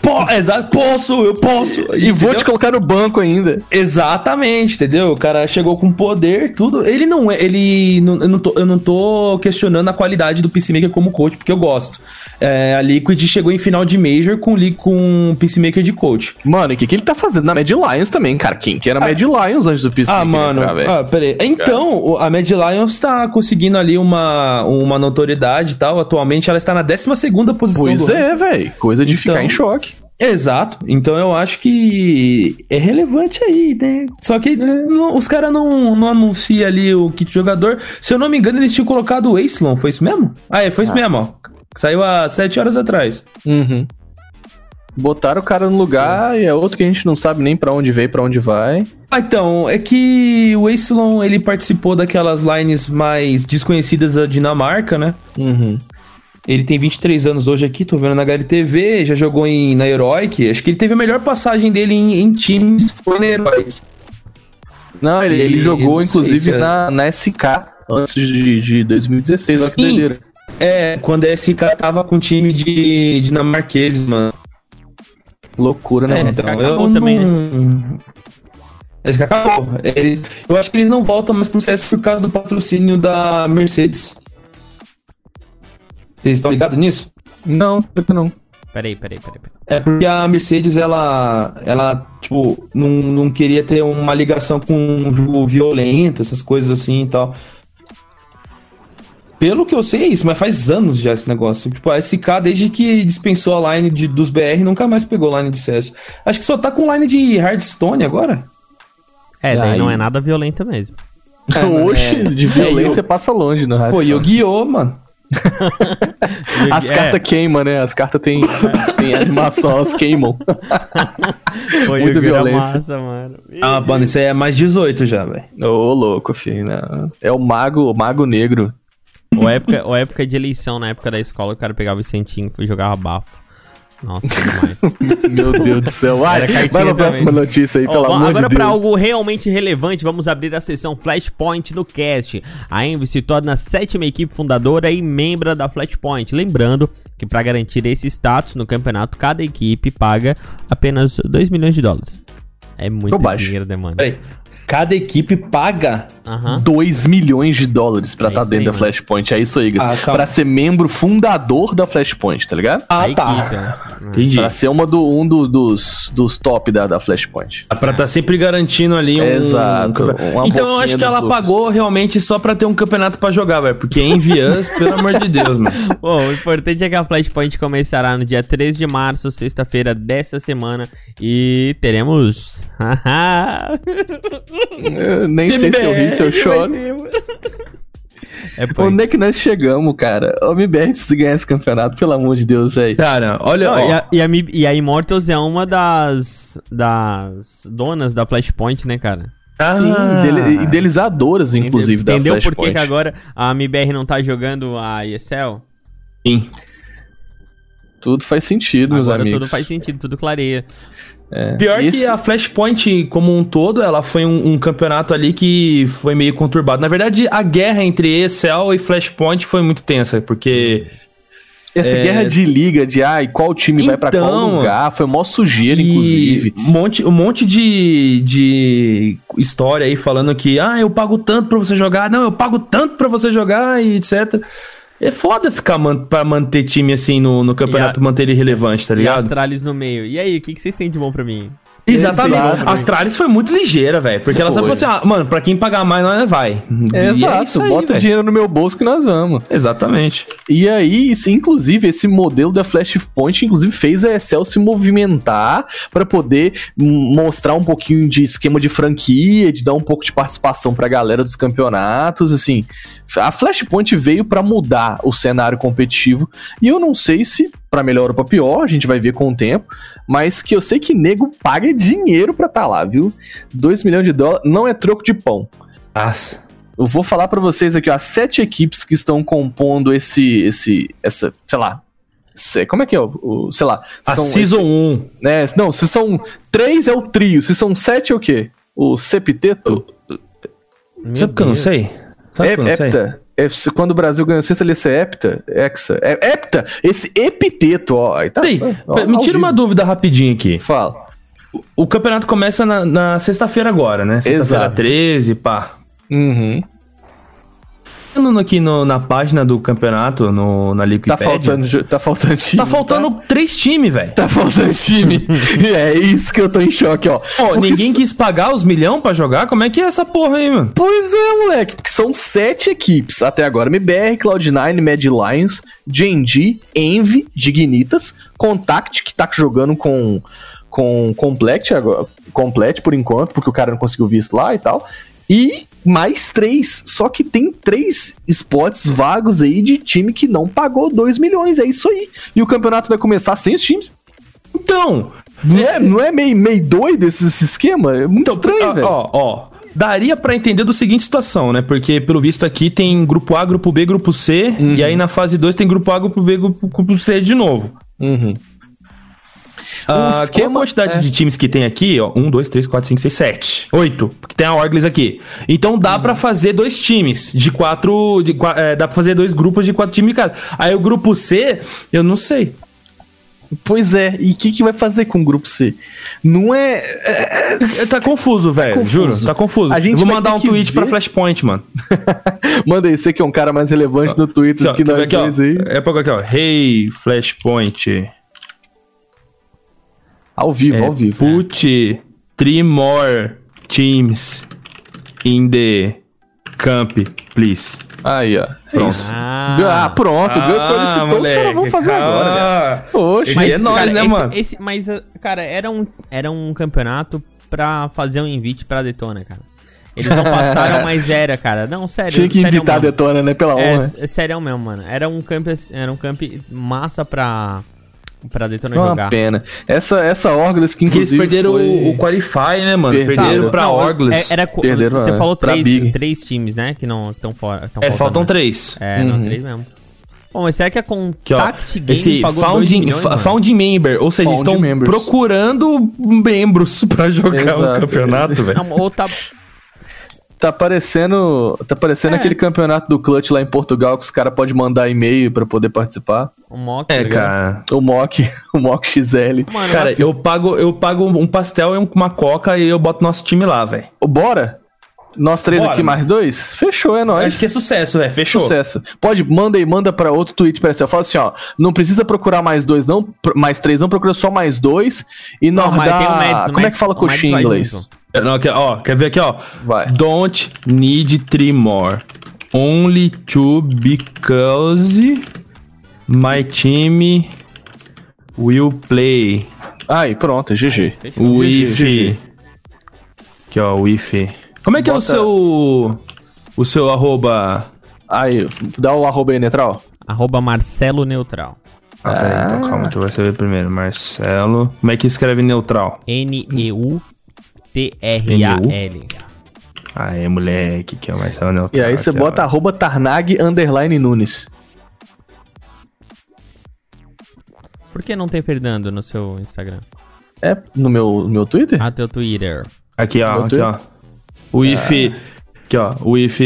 S3: Po- exato, posso, eu posso.
S2: E vou te colocar no banco ainda.
S3: Exatamente, entendeu? O cara chegou com poder, tudo. Ele não é. Ele. não- eu, não tô, eu não tô questionando a qualidade do Peacemaker como coach, porque eu gosto. É, a Liquid chegou em final de Major com, li- com o Peacemaker de coach.
S2: Mano, e o que, que ele tá fazendo na Mad Lions também, cara? Quem que era Mad Lions antes do Peacemaker
S3: Ah, mano.
S2: entrar, velho? Tá
S3: ah, peraí. Então, o- a Mad Lions tá conseguindo ali uma, uma notoriedade e tal. Atualmente ela está na 12 posição.
S2: pois
S3: do ranking.
S2: é, velho. Coisa de
S3: Então-
S2: ficar em choque.
S3: Exato. Então eu acho que é relevante aí, né? Só
S2: É.
S3: que não- os caras não, não anunciam ali o kit jogador. Se eu não me engano, eles tinham colocado o Aislon. Foi isso mesmo? Ah, é, foi isso mesmo, ó. Saiu há 7 horas atrás.
S2: Uhum. Botaram o cara no
S3: Tá.
S2: lugar e é outro que a gente não sabe nem pra onde veio, pra onde vai.
S3: Ah, então, é que o Aislon, ele participou daquelas lines mais desconhecidas da Dinamarca, né?
S2: Uhum.
S3: Ele tem 23 anos hoje aqui, tô vendo na HLTV, já jogou em, na Heroic. Acho que ele teve a melhor passagem dele em, em times, foi na Heroic.
S2: Não, ele,
S3: E-
S2: ele jogou,
S3: não sei
S2: inclusive,
S3: se é-
S2: na, na SK antes de, de 2016, olha que
S3: Sim.
S2: doideira.
S3: É, quando a SK tava com time de dinamarqueses, mano.
S2: Loucura, né?
S3: É,
S2: mano?
S1: SK
S3: então, eu
S1: acabou também,
S3: também, né? SK acabou. Eles- eu acho que eles não voltam mais pro CS por causa do patrocínio da Mercedes. Vocês estão ligados nisso?
S2: Não, não.
S1: Peraí, peraí, peraí. peraí.
S3: É porque a Mercedes, ela, ela tipo, não, não queria ter uma ligação com um jogo violento, essas coisas assim e tal. Pelo que eu sei é isso, mas faz anos já esse negócio. Tipo, a SK, desde que dispensou a line de- dos BR, nunca mais pegou line de CS. Acho que só tá com line de Hardstone agora.
S1: É, daí
S2: Aí.
S1: não é nada violenta mesmo.
S2: É, Oxe, de violência passa longe no
S3: Pô,
S2: resto.
S3: Yu-Gi-Oh, mano.
S2: As
S1: É,
S2: cartas queimam, né? As cartas têm, têm animação, elas queimam.
S1: foi
S2: muita
S1: o Yu-Gi-Oh!
S2: violência.
S1: Massa, mano.
S3: Ah, mano, isso aí é mais 18 já, velho.
S2: Ô, louco, filho. né? É o mago, o mago negro.
S1: Ou época, ou época de eleição, na época da escola, o cara pegava o Vicentinho e jogava bafo. Nossa, demais.
S2: Meu Deus do céu. Vai,
S1: Era cartinha
S2: vai pra próxima
S1: também.
S2: notícia aí,
S1: Ó,
S2: pelo
S1: bom,
S2: amor de
S1: agora
S2: Deus.
S1: para algo realmente relevante, vamos abrir a sessão Flashpoint no cast. A Envy se torna a sétima equipe fundadora e membra da Flashpoint. Lembrando que para garantir esse status no campeonato, cada equipe paga apenas 2 milhões de dólares. É muito
S2: Tô baixo.
S1: dinheiro, né, mano?
S3: Peraí. Cada equipe paga.
S1: Aham.
S2: 2 milhões de dólares pra
S1: né? É
S2: estar
S1: isso
S2: dentro
S1: aí,
S2: da
S1: mano.
S2: Flashpoint. É isso aí, Gus.
S3: Ah, calma.
S2: pra ser membro fundador da Flashpoint, tá ligado?
S3: Ah,
S1: A
S3: tá.
S1: equipe, né?
S3: Entendi.
S2: Pra ser uma do, um do- dos, dos top da, da Flashpoint.
S3: Pra estar sempre garantindo ali um.
S2: Exato, uma
S3: então eu
S2: boquinha
S3: acho
S2: dos
S3: que ela
S2: lucros.
S3: pagou realmente só pra ter um campeonato pra jogar, velho. Porque em Vians, pelo amor de Deus, mano.
S1: Bom, o importante é que a Flashpoint começará no dia 13 de março, sexta-feira dessa semana, e teremos.
S2: Eu nem sei se eu ri, se eu choro.
S1: é por...
S2: Onde é que nós chegamos, cara? O MBR precisa ganhar esse campeonato, pelo amor de Deus, velho.
S3: Cara, olha.
S1: Não,
S3: ó,
S1: e, a, e, a, Mi- e a Immortals é uma das, das donas da Flashpoint, né, cara?
S3: ah,
S2: Sim, dele- idealizadoras, inclusive,
S1: Entendeu,
S2: da
S1: entendeu por que
S2: Flashpoint.
S1: que agora a MBR não tá jogando a ESL?
S3: sim.
S2: Tudo faz sentido, meus
S1: agora
S2: amigos.
S1: tudo faz sentido, tudo clareia.
S2: É.
S3: Pior
S2: Esse-
S3: que a Flashpoint como um todo, ela foi um, um campeonato ali que foi meio conturbado. Na verdade, a guerra entre ESL e Flashpoint foi muito tensa, porque
S2: Essa
S1: É.
S2: guerra de liga, de ai, qual time vai pra qual
S3: Então,
S2: lugar, foi mó sujeira,
S3: E
S2: inclusive.
S3: Um monte, um monte de, de história aí falando que, ah, eu pago tanto pra você jogar, não, eu pago tanto pra você jogar e etc. É foda ficar man pra manter time assim no, no campeonato, manter ele relevante, tá
S1: E a
S3: ligado?
S1: Astralis no meio. E aí, o que, que vocês têm de bom pra mim?
S3: Exatamente.
S2: Exato.
S3: A Astralis foi muito ligeira, velho. Porque ela só
S2: Foi.
S3: falou assim, ah, mano, pra quem pagar mais, nós vai. E é
S2: Exato,
S3: isso aí,
S2: bota
S3: velho.
S2: dinheiro no meu bolso que nós vamos.
S3: Exatamente.
S2: E aí, isso, inclusive, esse modelo da Flashpoint, inclusive, fez a Excel se movimentar pra poder hum, mostrar um pouquinho de esquema de franquia, de dar um pouco de participação pra galera dos campeonatos, assim. A Flashpoint veio pra mudar o cenário competitivo, e eu não sei se pra melhor ou pra pior, a gente vai ver com o tempo, mas que eu sei que nego paga dinheiro pra tá lá, viu? 2 milhões de dólares não é troco de pão.
S3: Nossa.
S2: Eu vou falar pra vocês aqui, ó, as sete equipes que estão compondo esse, esse, essa, sei lá, se- como é que é o, o- sei lá,
S3: A
S2: são,
S3: Season 1.
S2: né, não, se são três é o trio, se são sete é o quê? O septeto?
S1: Meu
S3: Sabe que eu não
S1: Deus.
S3: sei? Sabe
S2: É,
S3: que eu não sei?
S2: hepta? É, se- quando o Brasil ganhou, não sei se ele ia ser hepta, hexa, é, hepta, esse epiteto, ó, aí tá,
S3: Peraí,
S2: ó,
S3: me
S2: ao
S3: tira uma
S2: vivo.
S3: dúvida rapidinho aqui.
S2: Fala.
S3: O campeonato começa na, na sexta-feira agora, né? Sexta-feira
S2: Exato.
S3: 13, pá.
S2: Uhum.
S3: Olhando aqui no- na página do campeonato, no, na
S2: Tá
S3: Liquipédia...
S2: faltando, ju- tá faltando time.
S3: Tá faltando três times, velho.
S2: Tá faltando time. é isso que eu tô em choque, ó.
S3: Ó,
S2: Porque
S3: ninguém quis pagar os milhão pra jogar? Como é que é essa porra aí, mano?
S2: Pois é, moleque, porque são sete equipes até agora: MBR, Cloud9, Mad Lions, GND, Envy, Dignitas, Contact, que tá jogando com com Complete agora, Complete por enquanto, porque o cara não conseguiu visto lá e tal. E mais três, só que tem três spots vagos aí de time que não pagou 2 milhões, é isso aí. E o campeonato vai começar sem os times.
S3: Então,
S2: Não é, não é meio, meio doido esse, esse esquema? É muito estranho,
S3: Então, ó,
S2: velho.
S3: Ah, Ó, ó. Daria pra entender do seguinte situação, né? Porque, pelo visto, aqui tem grupo A, grupo B, grupo C. E aí na fase 2 tem grupo A, grupo B, grupo, grupo C de novo.
S2: Uhum.
S3: Ah,
S2: esquema-
S3: qual a quantidade
S2: é.
S3: de times que tem aqui, ó. Um, dois, três, quatro, cinco, seis, sete. Oito. Porque tem a Orglis aqui. Então
S2: Uhum.
S3: dá pra fazer dois times de quatro. de qua- é, dá pra fazer dois grupos de quatro times de cada. Aí o grupo C, eu não sei.
S2: Pois é, e o que, que vai fazer com o grupo C? Não é. é-
S3: É, Tá confuso, velho.
S2: confuso.
S3: Juro, tá confuso.
S2: A gente
S3: eu vou
S2: vai
S3: mandar
S2: ter
S3: um
S2: que
S3: tweet pra
S2: ver-
S3: Flashpoint, mano.
S2: Manda aí, você que é um cara mais relevante no Twitter
S3: Aqui,
S2: que
S3: ó,
S2: nós
S3: aqui, ó.
S2: dois aí.
S3: É pra aqui, ó. Hey, Flashpoint.
S2: Ao vivo,
S3: É,
S2: ao vivo. né?
S3: Put three more teams in the camp, please.
S2: Aí, ó. É
S3: Pronto.
S2: isso.
S1: Ah.
S2: Ah, pronto. O Gus solicitou, então os caras vão fazer agora, velho.
S3: agora,
S2: Oxe.
S3: Mas- Ah, é nóis, né,
S1: esse-
S3: mano?
S1: esse- mas, ah, cara, era um, era um campeonato pra fazer um invite pra Detona, cara. Eles não passaram, mas era, cara. Não, sério.
S2: Tinha que
S1: sério
S2: invitar a
S1: mesmo.
S2: Detona, né? Pela
S1: É,
S2: honra.
S1: s- é sério mesmo, mano. Era um camp, era um camp massa pra, pra Detona
S2: É
S3: Ah,
S2: uma
S1: jogar.
S2: pena. Essa, essa Orgles que
S3: Porque eles
S2: inclusive.
S3: perderam
S2: foi-
S3: o, o Qualify, né, mano?
S2: Perderam.
S3: Perderam
S2: Tá,
S3: pra
S1: Não,
S3: Orgles.
S1: é- Era, co-
S2: Perderam,
S1: você
S2: é,
S1: falou
S2: pra
S1: três,
S2: Big.
S1: três times, né? Que não estão fora. tão
S3: É,
S1: faltando,
S3: faltam
S1: né?
S3: três.
S1: É, não, três mesmo. Bom, mas será que a
S3: Aqui, ó.
S1: Contact Game
S3: Esse
S1: pagou dois
S3: founding,
S1: milhões,
S3: fa-
S1: mano?
S3: founding member, ou seja, eles
S2: Founding
S3: estão
S2: members.
S3: procurando membros pra jogar o
S2: Exato.
S3: campeonato, velho.
S1: Não, ou tá...
S2: Tá parecendo. Tá parecendo
S1: É.
S2: aquele campeonato do Clutch lá em Portugal que os caras podem mandar e-mail pra poder participar.
S1: O Mock,
S3: É,
S1: tá ligado?
S3: cara.
S2: O Mock, o Mock XL.
S1: Mano,
S3: Cara,
S1: mas-
S3: um- eu pago, eu pago um pastel e uma coca e eu boto nosso time lá, velho.
S2: Bora? Nós três
S3: Bora,
S2: aqui
S3: mas-
S2: mais dois? Fechou, é nóis.
S3: Acho que é sucesso, velho. Fechou.
S2: Sucesso. Pode, manda aí, manda pra outro tweet pra essa. Fala assim, ó. Não precisa procurar mais dois, não. pr- Mais três, não. Procura só mais dois. E
S1: Não,
S2: nós
S1: mas
S2: dá...
S1: tem o Mads, o
S2: Como é
S1: Mads-
S2: que fala
S1: o
S2: coxinha em
S1: Mads vai
S2: inglês?
S1: junto.
S3: Não, aqui, ó, quer ver aqui, ó?
S2: Vai.
S3: Don't need three more. Only two because my team will play.
S2: Aí, pronto, é GG.
S3: With.
S2: GG.
S3: Aqui, ó, with. Como é que é o
S2: Bota-
S3: seu. O seu arroba.
S2: Aí, dá o arroba aí, Netral.
S1: Arroba Marcelo Neutral.
S3: Ah, peraí, então calma, deixa eu ver se eu ver primeiro. Marcelo. Como é que escreve neutral?
S1: N-E-U-T-R-A-L.
S3: Aê, moleque, que é o Marcelo Neutral.
S2: E aí você
S3: aqui, ó.
S2: bota arroba Tarnag underline Nunes.
S1: Por que não tem Fernando no seu Instagram?
S2: É no meu, no meu Twitter?
S1: Ah, teu Twitter.
S3: Aqui, ó, aqui,
S2: Botou?
S3: ó. O if.
S2: Ah.
S3: Aqui, ó. O if.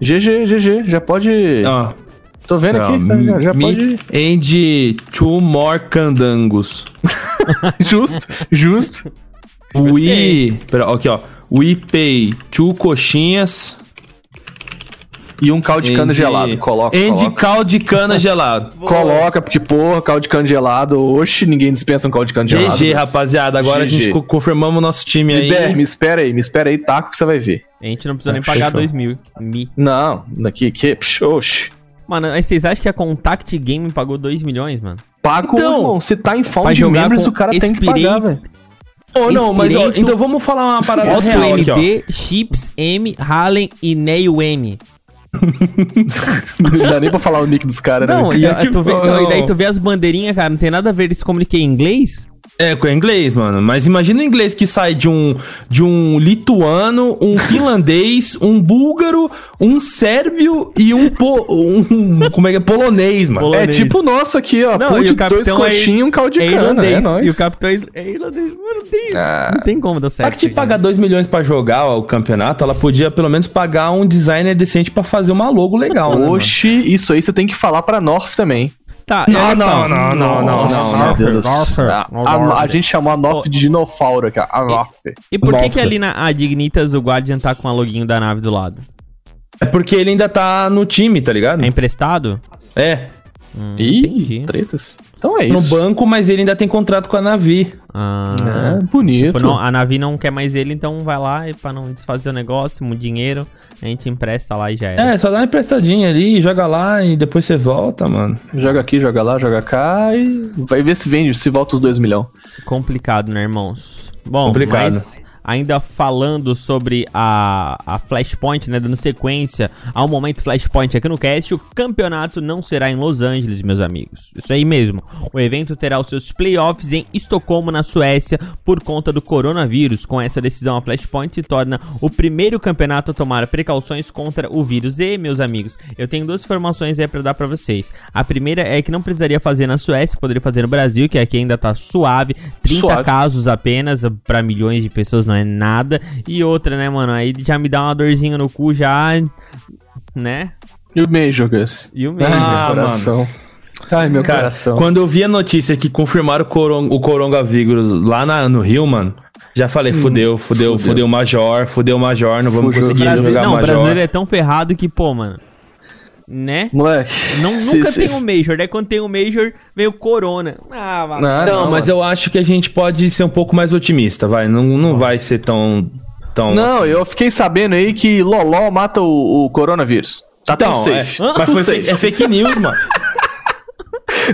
S2: GG, GG. Já pode.
S1: Ah.
S3: Ó.
S2: Tô vendo
S3: Aqui,
S2: aqui. Já, já pode.
S3: And two more candangos.
S2: justo, justo.
S3: We. Pera, ó, aqui, ó. We pay two coxinhas.
S2: E um caldo de cana
S3: and-
S2: gelado. Coloca.
S3: And
S2: coloca.
S3: caldo de cana gelado.
S2: Coloca, porque, porra, caldo de cana gelado. Oxe, ninguém dispensa um caldo de cana gelado. mas-
S3: GG, rapaziada. Agora a gente
S2: GG.
S3: co- confirmamos o nosso time aí.
S2: Liber, me espera aí, me espera aí, taco que você vai ver.
S1: A gente não precisa nem
S3: Fechou.
S1: pagar dois mil. Mi.
S2: Não, daqui que. Psh, oxe.
S1: Mano, aí vocês acham que a Contact Game pagou 2 milhões, mano?
S2: Pago,
S3: Então,
S2: irmão, se tá em
S1: pra
S2: found de
S1: jogar
S2: membros,
S1: com
S2: o cara tem que
S1: Expirate-
S2: pagar, velho.
S3: Ô, Oh, não, mas ó,
S1: Espirito.
S3: então vamos falar uma
S2: é
S3: parada
S1: Otto
S3: real aqui, ó.
S1: ND, Chips, M, Halen e Neil M.
S2: Não dá nem pra falar o nick dos caras,
S1: Não,
S2: né?
S1: e,
S3: É
S1: aí
S3: que
S1: tu vê,
S3: bom.
S1: não, e daí tu vê as bandeirinhas, cara, não tem nada a ver, eles comuniquem em inglês?
S3: É, com inglês, mano. Mas imagina o inglês que sai de um, de um lituano, um finlandês, um búlgaro, um sérvio e um, po, um como é que é? polonês, mano.
S2: É
S1: Polonês.
S2: tipo o nosso aqui, ó.
S1: Não, e
S2: Pude,
S1: o
S2: dois
S1: capitão é-
S2: coxinhos e um caldo de
S1: é
S2: cana.
S1: irlandês.
S2: É nóis.
S1: e o capitão é is- é irlandês. Mano, não tem, não tem como dar certo.
S3: É, Pra que te
S1: né?
S3: pagar 2 milhões pra jogar ó, o campeonato, ela podia pelo menos pagar um designer decente pra fazer uma logo
S1: é
S3: legal, né, mano?
S2: Oxi, isso aí você tem que falar pra North também.
S1: Tá, e olha só.
S2: Nossa,
S1: Oh, não.
S2: meu Deus.
S1: North,
S2: A, a-
S1: North.
S2: a gente chamou a North de dinofauro, cara. A North.
S1: E por que
S2: North.
S1: que ali na a Dignitas o Guardian tá com a loginho da nave do lado?
S3: É porque ele ainda tá no time, tá ligado?
S1: É emprestado?
S3: É,
S2: Ih,
S1: entendi.
S2: tretas. Então é
S3: no
S2: isso.
S3: banco, mas ele ainda tem contrato com a Navi.
S1: Ah,
S2: É, bonito.
S1: Tipo, não, a Navi não quer mais ele, então vai lá e pra não desfazer o negócio, o dinheiro, a gente empresta lá e já era.
S3: É, só dá uma emprestadinha ali, joga lá e depois você volta, mano.
S2: Joga aqui, joga lá, joga cá e vai ver se vende, se volta os dois milhão.
S1: Complicado, né, irmãos? Bom,
S3: Complicado.
S1: mas ainda falando sobre a, a Flashpoint, né, dando sequência ao momento Flashpoint aqui no cast, o campeonato não será em Los Angeles, meus amigos. Isso aí mesmo. O evento terá os seus playoffs em Estocolmo, na Suécia, por conta do coronavírus. Com essa decisão, a Flashpoint se torna o primeiro campeonato a tomar precauções contra o vírus. E, meus amigos, eu tenho duas informações aí pra dar pra vocês. A primeira é que não precisaria fazer na Suécia, poderia fazer no Brasil, que aqui ainda tá suave, 30
S2: Suave.
S1: casos apenas, pra milhões de pessoas não é nada. E outra, né, mano, aí já me dá uma dorzinha no cu já, né?
S2: E o Major, Gus?
S1: E o
S2: Ai,
S1: mesmo.
S2: meu
S3: Ah,
S2: coração. Ai, meu
S3: Cara,
S2: coração.
S3: quando eu vi a notícia que confirmaram o, coron o coronavírus lá na- no Rio, mano, já falei, fudeu, fudeu,
S2: fudeu.
S3: fudeu o Major, fudeu o Major, não vamos
S2: Fujou.
S3: conseguir
S1: Brasi-
S3: jogar
S1: não, o
S3: Major.
S1: brasileiro é tão ferrado que, pô, mano, né?
S2: Moleque.
S1: Não,
S2: se-
S1: nunca
S2: se-
S1: tem um o Major, daí quando tem o Major, veio o Corona. Ah, vai.
S2: Ah,
S3: Não, mas
S2: mano.
S3: eu acho que a gente pode ser um pouco mais otimista, vai. Não, não vai ser tão. tão assim.
S2: Não, eu fiquei sabendo aí que Loló mata o, o coronavírus. Tá
S3: Então,
S2: tudo
S3: é,
S2: safe.
S3: mas
S2: Tá tudo
S3: foi fe- é fake news, mano.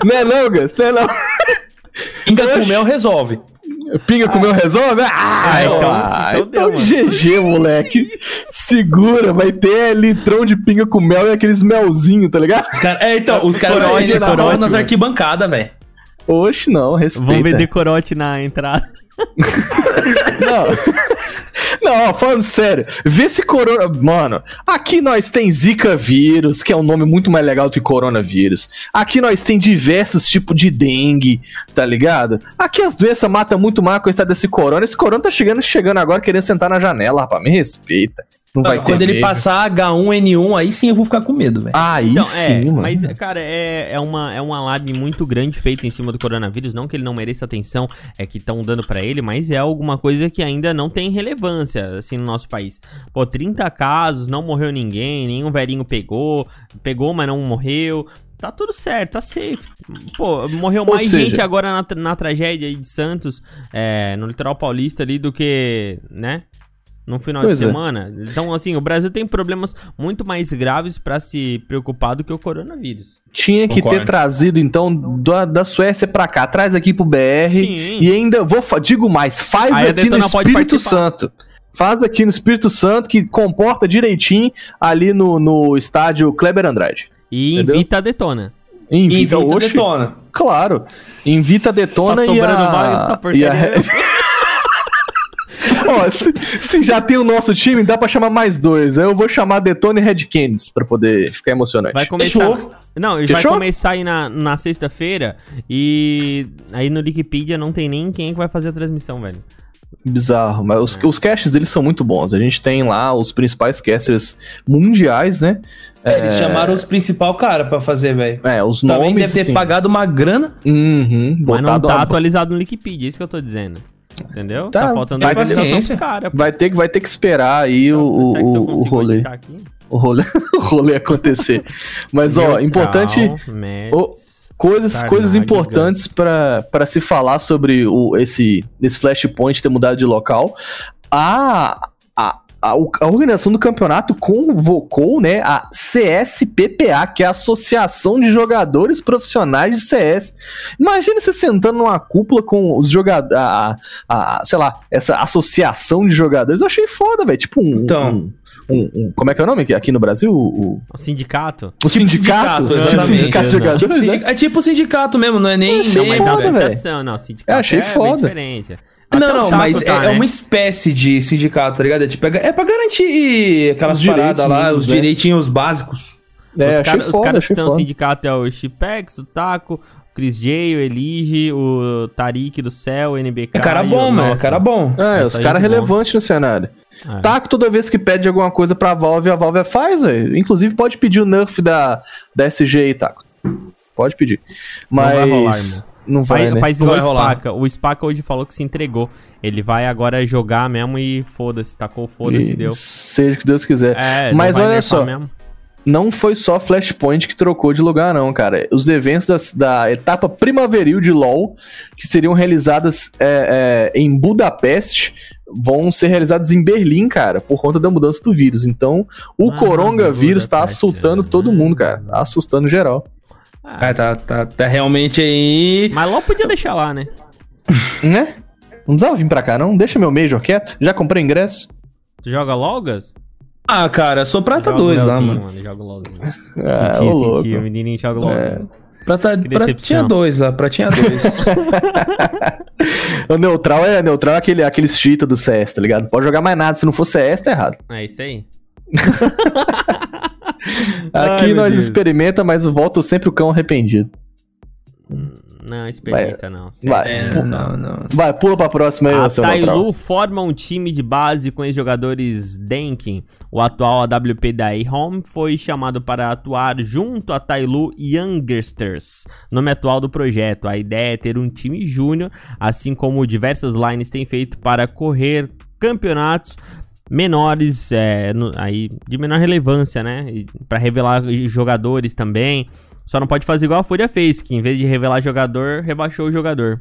S2: Né não, Gus? Né não?
S3: Pinga com mel resolve.
S2: Pinga com o meu resolve? Ah,
S1: É, então-
S2: ah,
S1: então
S2: então,
S1: deu,
S2: GG, moleque. Segura, vai ter litrão de pinga com mel e aqueles melzinho, tá ligado?
S3: Os cara, é, então, os caras
S2: Corote,
S3: vendem essa porra
S2: corote,
S3: nas
S2: mano.
S3: arquibancadas, velho.
S2: Oxe, não, respeita.
S1: Vão vender corote na entrada.
S2: Não. Não, ó, falando sério, vê se corona. Mano, aqui nós tem Zika vírus, que é um nome muito mais legal do que coronavírus. Aqui nós tem diversos tipos de dengue, tá ligado? Aqui as doenças matam muito mais a coisa desse corona. Esse corona tá chegando, chegando agora querendo sentar na janela, rapaz. Me respeita. Não vai
S3: Quando
S2: ter.
S3: ele passar H1N1, aí sim eu vou ficar com medo, velho.
S2: Ah,
S1: Então,
S2: isso,
S1: é,
S2: mano.
S1: mas, cara, é, é, uma, é um alarme muito grande feito em cima do coronavírus. Não que ele não mereça atenção, é que estão dando pra ele, mas é alguma coisa que ainda não tem relevância, assim, no nosso país. Pô, 30 casos, não morreu ninguém, nenhum velhinho pegou, pegou, mas não morreu. Tá tudo certo, tá safe. Pô, morreu
S2: Ou
S1: mais
S2: seja-
S1: gente agora na, tra- na tragédia aí de Santos, é, no litoral paulista ali, do que, né? no final
S2: Pois
S1: de
S2: é.
S1: semana. Então, assim, o Brasil tem problemas muito mais graves pra se preocupar do que o coronavírus.
S2: Tinha que
S3: Concordo.
S2: ter trazido, então, da, da Suécia pra cá. Traz aqui pro BR.
S1: Sim.
S2: E ainda, vou fa- digo mais, faz
S1: Aí a
S2: aqui no
S1: Detona pode
S2: Espírito
S1: participar.
S2: Santo. Faz aqui no Espírito Santo, que comporta direitinho ali no, no estádio Kleber Andrade.
S1: E
S2: Entendeu?
S1: invita a Detona.
S2: Invita,
S3: Invita,
S2: oxe,
S3: detona.
S2: Claro. Invita a Detona
S1: Tá
S2: e
S1: sobrando vaga
S2: a...
S1: nessa
S2: e
S1: porcaria,
S2: a...
S1: né?
S2: Ó, se, se já tem o nosso time, dá pra chamar mais dois. Aí Eu vou chamar Detona e Red Canids pra poder ficar emocionante.
S1: Vai começar.
S3: Fechou?
S1: Não, ele vai
S2: Fechou?
S1: começar aí na, na sexta-feira. E aí no Wikipedia não tem nem quem é que vai fazer a transmissão, velho.
S2: Bizarro, mas
S1: É.
S2: os, os casts deles são muito bons. A gente tem lá os principais casters mundiais, né?
S3: É, eles chamaram os principal cara pra fazer, velho.
S2: É, os
S3: Também
S2: nomes.
S3: deve ter
S2: sim.
S3: pagado uma grana.
S2: Uhum,
S1: Mas não
S2: botado
S1: tá
S2: uma-
S1: atualizado no Wikipedia, isso que eu tô dizendo. Entendeu?
S2: Tá,
S1: Tá, faltando
S2: vai-
S1: atualização
S3: paciência.
S1: pros caras.
S2: Vai ter, que- vai ter que esperar aí o, o,
S1: Será que se eu
S2: o, o
S1: consigo
S2: rolê,
S1: editar Aqui?
S2: o rolê. O rolê acontecer. Mas, ó,
S1: Neutral,
S2: importante.
S1: Mets.
S2: Ô, Coisas,
S1: Carnage,
S2: coisas importantes pra pra se falar sobre o, esse, esse Flashpoint ter mudado de local. A, a, a, o- a organização do campeonato convocou né, a CSPPA, que é a Associação de Jogadores Profissionais de CS. Imagina você sentando numa cúpula com os jogadores. A, a, sei lá, essa associação de jogadores. Eu achei foda, velho. Tipo um.
S3: Então.
S2: um- um- um- como é que é o nome aqui, aqui no Brasil? O, o-
S1: O sindicato.
S2: o sindicato?
S3: sindicato,
S2: Tipo
S3: exatamente.
S2: sindicato de
S1: Não,
S2: jogadores.
S3: Tipo
S2: né?
S3: sindi- é tipo sindicato mesmo, não é nem.
S2: Achei
S1: Não,
S3: nem
S1: mas
S2: foda,
S1: a
S2: velho.
S1: associação, não, sindicato
S2: Eu achei
S1: é bem
S2: foda.
S1: diferente. Até o
S3: Não, não,
S1: Chaco
S3: mas
S1: tá,
S3: é, é
S1: né?
S3: uma espécie de sindicato, tá ligado? É, tipo, é, é pra garantir aquelas
S2: Os direitos
S3: paradas lá,
S2: mínimos,
S3: os
S2: né?
S3: direitinhos básicos.
S2: É,
S1: os
S2: achei
S1: caras
S2: foda,
S1: que
S2: achei
S1: estão no
S2: foda.
S1: sindicato é o Chipex, o Taco, o Chris J, o Elige, o Tarik do Céu, o NBK.
S3: É cara
S1: e o
S3: bom, mano. É
S1: Nota.
S3: cara bom.
S2: É,
S1: Essa
S2: os
S1: gente
S2: caras
S1: boa.
S2: relevantes no cenário.
S1: É.
S2: Taco toda vez que pede alguma coisa pra Valve, a Valve faz, velho. Inclusive pode pedir o nerf da, da SG aí, Taco. Pode pedir. Mas.
S1: vai rolar, irmão.
S2: Não vai,
S1: Vai,
S2: né?
S1: Faz
S3: Não
S1: igual
S3: vai
S1: o
S3: rolar.
S1: Spaca. O Spaca hoje falou que se entregou. Ele vai agora jogar mesmo e foda-se, tacou foda-se,
S2: E
S1: deu.
S2: Seja o que Deus quiser.
S1: É,
S2: Mas
S1: não vai
S2: olha
S1: nerfar
S2: só.
S1: mesmo.
S2: Não foi só Flashpoint que trocou de lugar, não, cara. Os eventos das- da etapa primaveril de LoL, que seriam realizadas é, é, em Budapeste, vão ser realizadas em Berlim, cara, por conta da mudança do vírus. Então, o
S1: Ah,
S2: coronavírus tá
S1: Budapeste,
S2: assultando
S1: né?
S2: todo mundo, cara. Tá assustando geral.
S1: Ah,
S3: Ah, tá, tá, tá realmente aí.
S1: Mas LOL podia deixar lá, né?
S2: Né? Não precisava vir pra cá, não. Deixa meu Major quieto. Já comprei ingresso.
S1: Tu joga Logas?
S3: Ah, cara, sou prata 2 lá, mano.
S1: Joga LOLzinho.
S2: Ah,
S1: senti,
S2: ô louco.
S1: senti. O menininho joga LOLzinho.
S3: Prata,
S1: Que
S3: pratinha
S1: decepção.
S3: 2 lá, pratinha 2.
S2: O neutral é, neutral é aquele, aquele cheetah do CS, tá ligado? Não Pode jogar mais nada. Se não for CS, tá errado.
S1: É isso aí.
S2: Aqui
S1: Ai, meu
S2: nós
S1: Deus.
S2: experimenta, mas volta sempre o cão arrependido.
S1: Não, experimenta não.
S2: Vai.
S3: é, não, não.
S2: Vai, pula pra próxima aí, ô,
S1: A
S2: seu neutral.
S1: Ah, Tailu forma um time de base com ex-jogadores Denkin. O atual AWP da A-Home foi chamado para atuar junto a Tailu Youngsters, nome atual do projeto. A ideia é ter um time júnior, assim como diversas lines têm feito para correr campeonatos menores, é, no- aí de menor relevância, né? Para revelar jogadores também. Só não pode fazer igual a Fúria fez, que em vez de revelar jogador, rebaixou o jogador.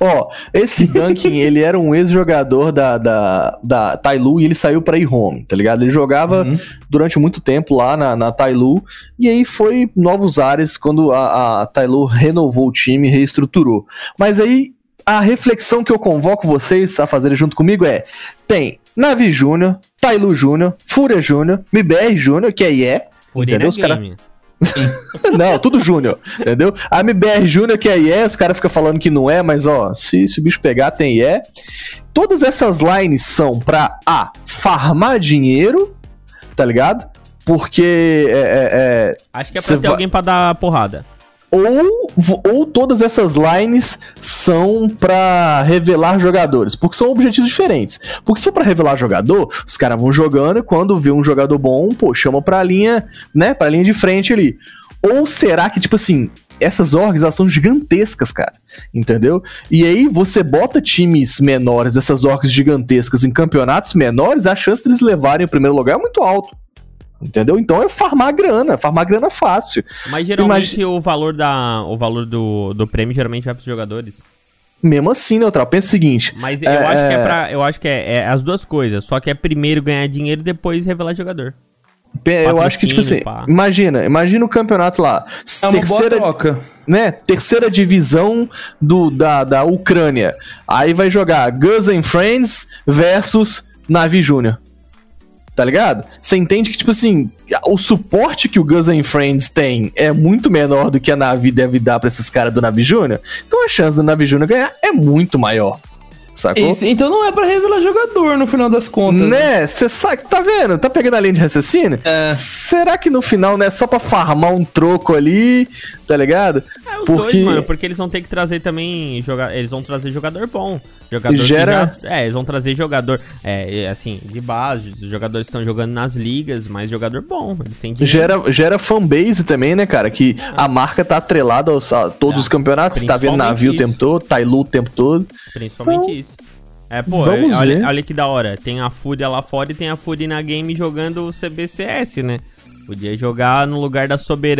S2: Ó, esse Duncan, ele era um ex-jogador da, da, da Tailu e ele saiu pra ir home, tá ligado? Ele jogava durante muito tempo lá na, na Tailu e aí foi novos ares quando a, a Tailu renovou o time, reestruturou. Mas aí a reflexão que eu convoco vocês a fazerem junto comigo é: tem Navi Júnior, Tailu Júnior, Fúria Júnior, MBR Júnior, que aí é.
S1: Fúria
S2: Entendeu? Os cara-
S1: Game.
S2: Não, tudo Júnior, entendeu? A MBR Júnior que é IE, os caras ficam falando que não é, mas ó, se, se o bicho pegar, tem IE. Todas essas lines são pra A, farmar dinheiro, tá ligado? Porque é, é, é,
S1: Acho que é pra
S2: Cê
S1: ter
S2: vai-
S1: alguém pra dar porrada.
S2: ou, ou todas essas lines são pra revelar jogadores, porque são objetivos diferentes. Porque se for pra revelar jogador, os caras vão jogando e quando vê um jogador bom, pô, chama pra linha, né, pra linha de frente ali. Ou será que, tipo assim, essas orgs, elas são gigantescas, cara, entendeu? E aí você bota times menores, essas orgs gigantescas, em campeonatos menores, a chance deles levarem o primeiro lugar é muito alto. Entendeu? Então é farmar grana, farmar grana fácil.
S1: Mas geralmente
S2: Imagi-
S1: o valor, da, o valor do, do prêmio geralmente vai pros jogadores.
S2: Mesmo assim, neutral, pensa o seguinte:
S1: Mas eu
S2: É,
S1: acho que é
S2: é.
S1: pra. Eu acho que é, é as duas coisas. Só que é primeiro ganhar dinheiro e depois revelar jogador.
S2: Pe- Eu acho que, tipo assim,
S1: Patrocínio, pá.
S2: imagina, imagina o campeonato lá.
S3: É uma
S2: terceira,
S3: boa troca.
S2: né, terceira divisão do, da, da Ucrânia. Aí vai jogar Guns and Friends versus Navi Júnior. Tá ligado? Você entende que, tipo assim, o suporte que o Guns N' Friends tem é muito menor do que a Navi deve dar pra esses caras do Navi Júnior. Então a chance do Navi Júnior ganhar é muito maior. Sacou?
S3: E- Então não é pra revelar jogador no final das contas.
S2: Né? Você sabe, tá vendo? Tá pegando a linha de raciocínio?
S3: É.
S2: Será que no final não é só pra farmar um troco ali, tá ligado?
S1: É os
S2: Porque-
S1: dois, mano, porque eles vão ter que trazer também. Joga... Eles vão trazer jogador bom. Jogador que
S2: Gera-
S1: já- É, eles vão trazer jogador. É, é, assim, de base. Os jogadores estão jogando nas ligas, mas jogador bom. Eles têm dinheiro.
S2: Gera, gera fanbase também, né, cara? Que a marca tá atrelada aos, a todos
S1: Tá.
S2: os campeonatos. Você tá vendo
S1: É. Principalmente
S2: navio o
S1: isso.
S2: tempo todo, Tailu o tempo todo.
S1: Principalmente
S2: Então,
S1: isso. É, pô,
S2: vamos ver.
S1: olha, olha que da hora. Tem a Fúria lá fora e tem a Fúria na game jogando o CBCS, né? Podia jogar no lugar da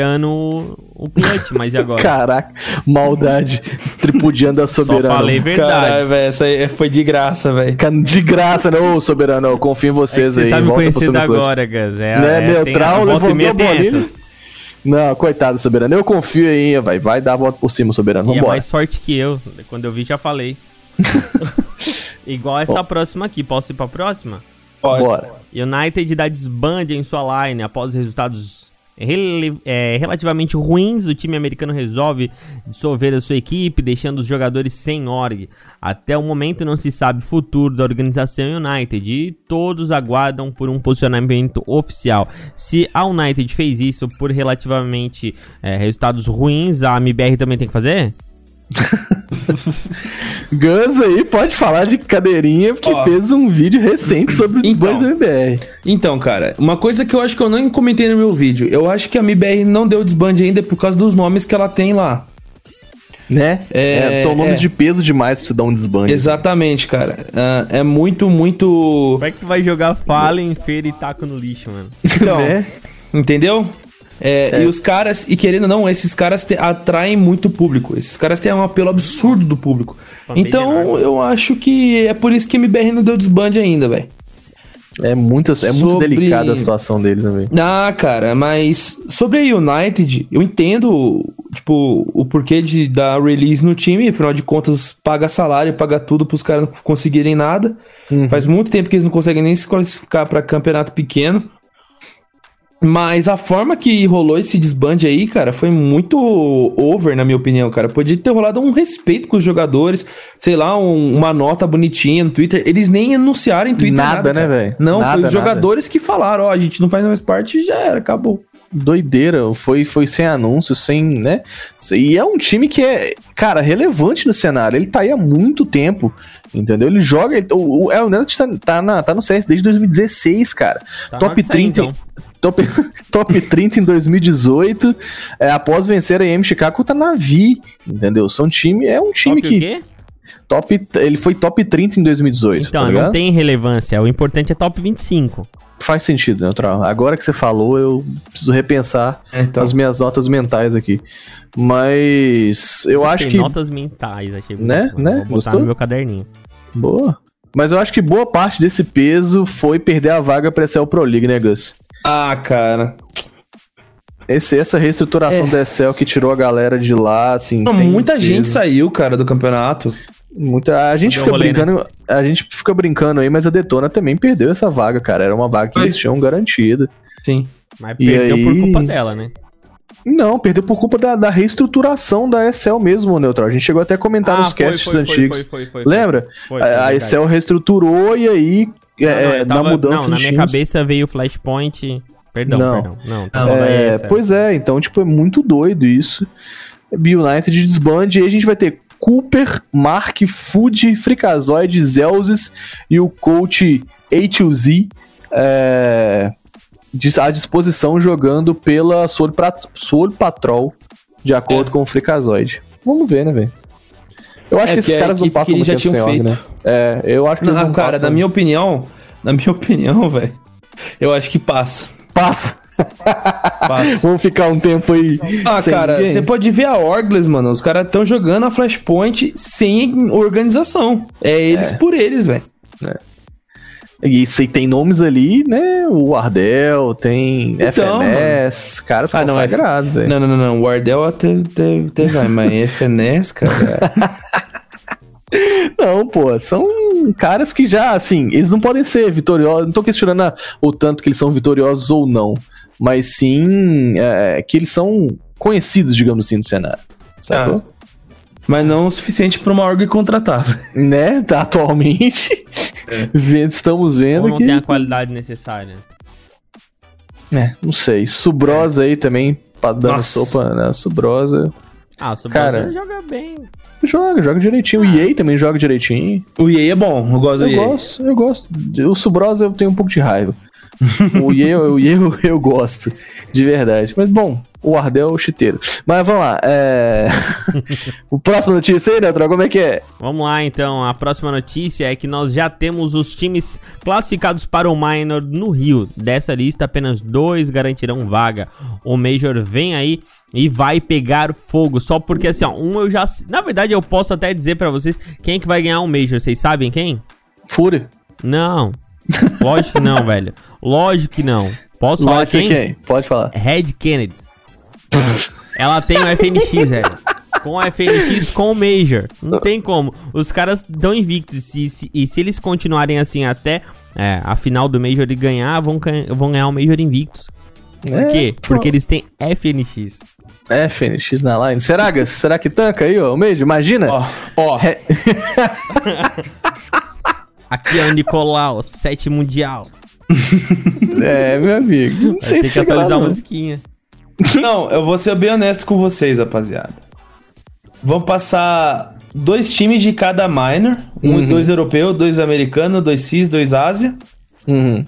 S1: Soberano o Clutch, mas e agora?
S2: Caraca, maldade. Tripudiando a soberana.
S1: falei verdade.
S3: Caralho, velho, essa aí foi de graça, velho.
S2: Cara, De graça, né? Ô, soberano, eu confio
S1: É
S2: em
S1: que
S2: vocês
S1: você
S2: aí.
S1: tá me
S2: volta pro
S1: conhecendo
S2: segundo clutch.
S1: agora, Gus. É,
S2: Né,
S1: tem a-
S2: neutral,
S1: volta e
S2: levantou
S1: meia
S2: a
S1: tem
S2: bolinha.
S1: essas.
S2: Não, coitado, soberano. Eu confio aí, vai, vai dar a volta por cima, soberano.
S1: E é
S2: Vambora.
S1: mais sorte que eu. Quando eu vi, já falei. Igual essa próxima aqui. Posso ir pra próxima?
S2: Bora.
S1: United dá desbande em sua line após resultados rele- é, relativamente ruins. O time americano resolve dissolver a sua equipe, deixando os jogadores sem org. Até o momento não se sabe o futuro da organização United e todos aguardam por um posicionamento oficial. Se a United fez isso por relativamente é, resultados ruins, a MBR também tem que fazer?
S2: Guns aí pode falar de cadeirinha, porque
S3: Ó.
S2: fez um vídeo recente sobre os
S3: Então.
S2: então. do MBR.
S3: Então, cara, uma coisa que eu acho que eu não comentei no meu vídeo. Eu acho que a MIBR não deu desbande ainda por causa dos nomes que ela tem lá.
S2: Né?
S3: É,
S2: É, são nomes
S3: é.
S2: de peso demais pra você dar um desbande.
S3: Exatamente, cara. Ah, é muito, muito.
S1: Como é que tu vai jogar Fallen, Feira e Taco no lixo, mano?
S3: Então,
S2: Né?
S3: entendeu? É, E os caras, e querendo ou não, esses caras te- atraem muito público. Esses caras têm um apelo absurdo do público.
S1: Fanbase
S3: Então,
S1: enorme.
S3: eu acho que é por isso que a MBR não deu desbande ainda, velho.
S2: É muito, é muito
S3: Sobre-
S2: delicada a situação deles né, também.
S3: Ah, cara, mas sobre a United, eu entendo, tipo, o porquê de dar release no time, afinal de contas, paga salário, paga tudo pros caras não conseguirem nada.
S2: Uhum.
S3: Faz muito tempo que eles não conseguem nem se qualificar pra campeonato pequeno. Mas a forma que rolou esse desbande aí, cara, foi muito over, na minha opinião, cara. Podia ter rolado um respeito com os jogadores, sei lá, um- uma nota bonitinha no Twitter. Eles nem anunciaram em Twitter.
S2: Nada, né,
S3: cara.
S2: velho?
S3: Não,
S2: Nada,
S3: foi
S2: nada.
S3: os jogadores que falaram, ó, a gente não faz mais parte e já era, acabou.
S2: Doideira, foi, foi sem anúncio, sem, né? E é um time que é, cara, relevante no cenário. Ele tá aí há muito tempo, entendeu? Ele joga. Ele, o, o, é, o Nerd tá, tá, na, tá no CS desde 2016, cara.
S1: Tá na hora
S2: top
S1: de sair,
S2: 30.
S1: então.
S2: Top, top 30 em 2018. é, após vencer a EM Chicago contra a Navi, entendeu? São time, é um time
S1: Top o
S2: que.
S1: quê?
S2: Top, ele foi top 30 em 2018.
S1: Então,
S2: tá
S1: não
S2: ligado?
S1: tem relevância. O importante é top 25.
S2: Faz sentido, Neutral. Agora que você falou, eu preciso repensar
S3: Então,
S2: Tá as minhas notas mentais aqui. Mas eu
S1: Gostei,
S2: acho que.
S1: notas mentais, achei
S2: Né?
S1: bonito, mano.
S2: Né?
S1: Vou botar
S2: Gostou?
S1: no meu caderninho.
S2: Boa. Mas eu acho que boa parte desse peso foi perder a vaga pra Excel Pro League, né, Gus?
S3: ah, cara.
S2: Esse, essa reestruturação
S3: É.
S2: da Excel que tirou a galera de lá, assim.
S3: Não,
S2: tem
S3: muita
S2: peso.
S3: gente saiu, cara, do campeonato.
S2: Muita, a gente
S1: Fazer um
S2: fica
S1: rolê,
S2: brincando. A gente fica brincando aí, mas a Detona também perdeu essa vaga, cara. Era uma vaga que
S3: Mas-
S2: eles tinham garantida.
S3: Sim.
S1: Mas
S2: E
S1: perdeu por
S2: aí?
S1: culpa dela, né?
S2: Não, perdeu por culpa da, da reestruturação da Excel mesmo, Neutral. A gente chegou até a comentar nos
S1: Ah, foi,
S2: casts
S1: foi, foi,
S2: antigos.
S1: foi, foi, foi,
S2: Lembra? Ah,
S1: Foi,
S2: A-
S1: foi,
S2: a
S1: verdade.
S2: Excel reestruturou e aí,
S1: Não, não,
S2: é,
S1: eu
S2: na
S1: tava-
S2: mudança
S1: Não, na
S2: de
S1: minha
S2: times-
S1: cabeça veio o Flashpoint Perdão,
S2: Não.
S1: perdão. Não, tá
S3: Não,
S1: bom, aí,
S2: É,
S1: certo.
S2: pois é, então, tipo, é muito doido isso. É, Be United desbande, e aí a gente vai ter Cooper, Mark, Food, Frikazoid, Zelzis e o coach A2Z é, dis- à disposição jogando pela Soul, Pat- Soul Patrol, de
S1: É.
S2: acordo com o Frikazoid. Vamos ver, né, velho? Eu acho
S3: É,
S2: que esses
S3: porque a
S2: caras não
S3: equipe
S2: passam
S3: que
S2: muito
S3: eles já
S2: tempo sem
S3: tinham
S2: org, né? É, eu acho que eles
S3: Não,
S2: não
S3: cara,
S2: passam.
S3: na minha opinião, na minha opinião, velho, eu acho que passa.
S2: Passa.
S3: Passa.
S2: Vamos ficar um tempo aí.
S3: Ah,
S2: sem
S3: cara,
S2: ninguém?
S3: você pode ver a Orgles, mano. Os caras estão jogando a Flashpoint sem organização. É eles por eles, velho.
S2: E se tem nomes ali, né? O Ardel, tem
S3: Então,
S2: FNS, caras
S3: Ah, não, é-
S2: consagrados, velho.
S3: Não, não, não, não. O Wardell até, até, até vai, mas FNS, cara.
S2: Não, pô, são caras que já, assim, eles não podem ser vitoriosos. Não tô questionando a- o tanto que eles são vitoriosos ou não, mas sim é, que eles são conhecidos, digamos assim, no cenário. Sacou?
S3: Ah. mas não o suficiente pra uma org contratar.
S2: Né? Tá, atualmente.
S3: É.
S2: Vendo, estamos
S1: Ou
S2: vendo
S1: não
S2: que.
S1: tem a qualidade necessária.
S2: É, não sei. Subrosa aí também, pra dando
S3: É. Nossa.
S2: sopa, né? Subrosa.
S1: Ah, o Subasa
S2: Cara-
S1: não joga bem.
S2: Joga, joga direitinho. O
S1: Ah.
S2: EA também joga direitinho.
S3: O EA é bom, eu gosto
S2: Eu
S3: do EA.
S2: gosto, eu gosto. O Subrosa eu tenho um pouco de raiva. o Yale, eu, eu, eu gosto, de verdade. Mas bom, o Ardel é o chiteiro. Mas vamos lá. É... o próximo notícia aí, Neutral, como é que é?
S1: Vamos lá, então. A próxima notícia é que nós já temos os times classificados para o Minor no Rio. Dessa lista, apenas dois garantirão vaga. O Major vem aí e vai pegar fogo. Só porque, assim, ó, um eu já... Na verdade, eu posso até dizer pra vocês quem é que vai ganhar o Major. Vocês sabem quem?
S2: Fúria.
S1: Não. Lógico que não, velho. Lógico que não. Posso falar
S2: Vai ser
S1: quem?
S2: quem? Pode falar.
S1: Red Kennedy. Ela tem um o FNX, velho. Com o FNX, com o Major. Não tem como. Os caras dão invictos. E se, e se eles continuarem assim até é, a final do Major e ganhar, vão, gan- vão ganhar o Major invictos. Por
S2: É,
S1: quê?
S2: pô.
S1: Porque eles têm FNX.
S2: É, FNX na line. Será, Gus? Será que tanca aí, ó? O Major, imagina. É,
S3: Ó, ó.
S2: Re-
S1: Aqui é o Nicolau, 7 mundial.
S2: É, meu amigo. Não
S1: Vai
S2: sei
S1: ter
S2: se
S1: que
S2: chega lá,
S1: atualizar a
S2: não.
S1: musiquinha.
S3: Não, eu vou ser bem honesto com vocês, rapaziada. Vamos passar dois times de cada minor. Um, dois europeu, dois americano, dois cis, dois ásia.
S2: Uhum.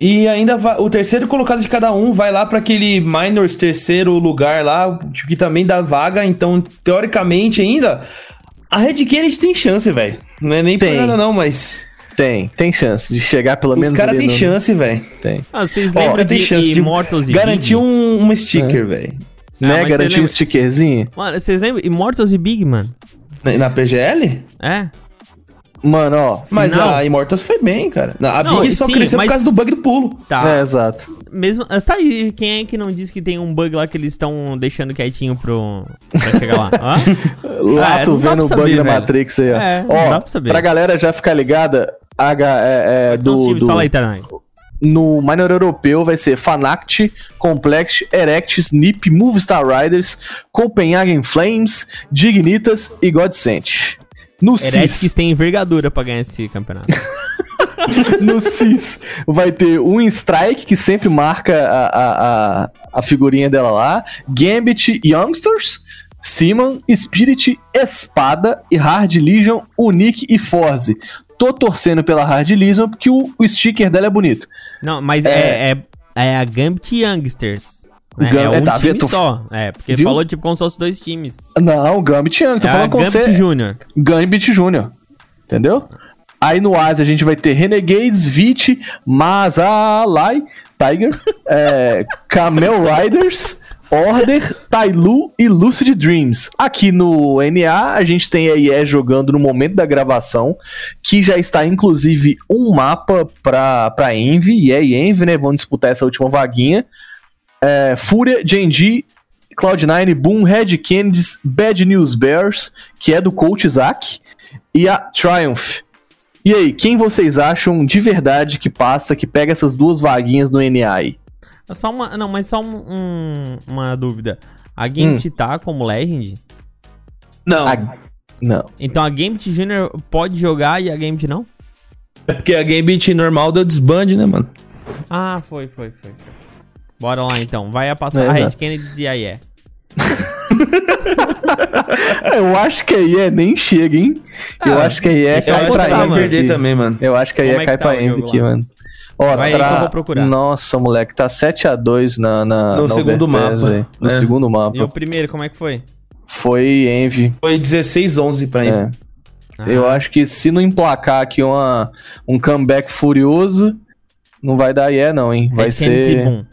S3: E ainda vai- o terceiro colocado de cada um vai lá pra aquele minors terceiro lugar lá, tipo, que também dá vaga, então teoricamente ainda a Red Kennedy tem chance, velho. Não é nem por
S2: Tem.
S3: nada não, mas
S2: Tem, tem chance de chegar pelo
S3: os
S2: menos
S3: caras
S2: ali
S3: têm
S2: no-
S3: chance, velho.
S2: Tem.
S1: Ah, vocês
S3: Ó,
S1: lembram
S3: tem
S1: de
S3: chance de
S1: Immortals e
S3: Garantiu
S1: Big?
S3: um, um sticker,
S2: É.
S3: velho.
S1: Ah, mas
S2: né?
S1: você
S2: Garantir um
S1: lembra-
S2: stickerzinho.
S1: Mano, vocês lembram? Immortals e Big, mano?
S3: Na, na PGL?
S1: É?
S2: Mano, ó.
S3: Mas
S1: Não.
S3: a Immortals foi bem, cara. A
S1: Não,
S3: Big só
S1: sim,
S3: cresceu
S1: mas-
S3: por causa do bug do pulo.
S1: Tá.
S2: É, exato.
S1: Mesmo. ah, Tá aí, quem é que não diz que tem um bug lá que eles estão deixando quietinho pro. pra chegar lá? Hã?
S2: Lá
S1: É,
S2: tu
S1: não dá
S2: vendo
S1: pra
S2: o
S1: saber,
S2: bug da
S1: velho.
S2: Matrix aí, ó.
S1: É, não
S2: ó,
S1: dá pra saber.
S2: galera já ficar ligada, H, é, é,
S1: Quais são os
S2: do,
S1: times?
S2: do-
S1: um Fala aí, Taranai.
S2: no minor europeu vai ser Fanact, Complex, Erect, Snip, Movistar Riders, Copenhagen Flames, Dignitas e Godsent. No
S1: Heretics
S2: CIS,
S1: tem envergadura pra ganhar esse campeonato.
S2: no CIS vai ter um Strike, que sempre marca a, a, a, a figurinha dela lá, Gambit Youngsters, Simon, Spirit, Espada e Hard Legion, Unique e Forze. Tô torcendo pela Hard Legion porque o, o sticker dela é bonito.
S1: não, mas é. É, é a Gambit Youngsters. Né?
S2: Gam-
S1: é um
S2: é, tá,
S1: time
S2: Beto.
S1: só. É, porque
S2: Viu?
S1: falou tipo como se fosse dois times.
S2: Não, Gambit Young, tô
S1: é a
S2: falando com
S1: Gambit
S2: você.
S1: Júnior.
S2: Gambit Júnior. Entendeu? Aí no Ásia a gente vai ter Renegades, Vit, Mazalai, Tiger, é, Camel Riders, Order, Tailu e Lucid Dreams. Aqui no NA a gente tem a IE jogando no momento da gravação, que já está inclusive um mapa pra, pra Envy, IE e Envy, né? Vão disputar essa última vaguinha. É, Fúria, Genji, Cloud9, Boom, Red Kennedys, Bad News Bears, que é do coach Isaac, e a Triumph. E aí, quem vocês acham de verdade que passa, que pega essas duas vaguinhas no NA aí?
S1: É Só uma. Não, mas só um- um- uma dúvida. A
S2: Hum.
S1: Gambit tá como Legend?
S3: Não.
S2: A- Não.
S1: Então a Gambit Júnior pode jogar e a Gambit não?
S3: É porque a Gambit normal deu desbande, né, mano?
S1: Ah, foi, foi, foi. foi. Bora lá então. Vai a passar
S2: É,
S1: a Red
S2: exato.
S1: Kennedy e aí é.
S2: É, Eu acho que a IE nem chega, hein? eu
S1: Ah,
S2: acho que a IE
S3: Eu
S2: cai
S3: acho que
S2: pra
S3: tá,
S2: Envy
S3: mano. perder
S2: aqui.
S3: também, mano.
S2: Eu acho que a
S1: Como
S2: IE
S1: é que
S2: cai
S1: tá o
S2: pra Envy
S1: jogo
S2: aqui,
S1: lá?
S2: mano. Ó,
S1: Vai aí que eu vou procurar.
S2: Nossa, moleque, tá 7x2 na, na,
S3: No
S2: na
S3: segundo
S2: Overpass,
S3: mapa.
S2: velho. No
S3: É.
S2: segundo
S1: E o
S2: mapa.
S1: primeiro, como é que foi?
S2: Foi Envy.
S3: Foi 16-11 pra ele.
S2: É. Eu acho que se não emplacar aqui uma, um comeback furioso, não vai dar IE, não, hein? Vai
S1: Red Kennedy e
S2: ser.
S1: Boom.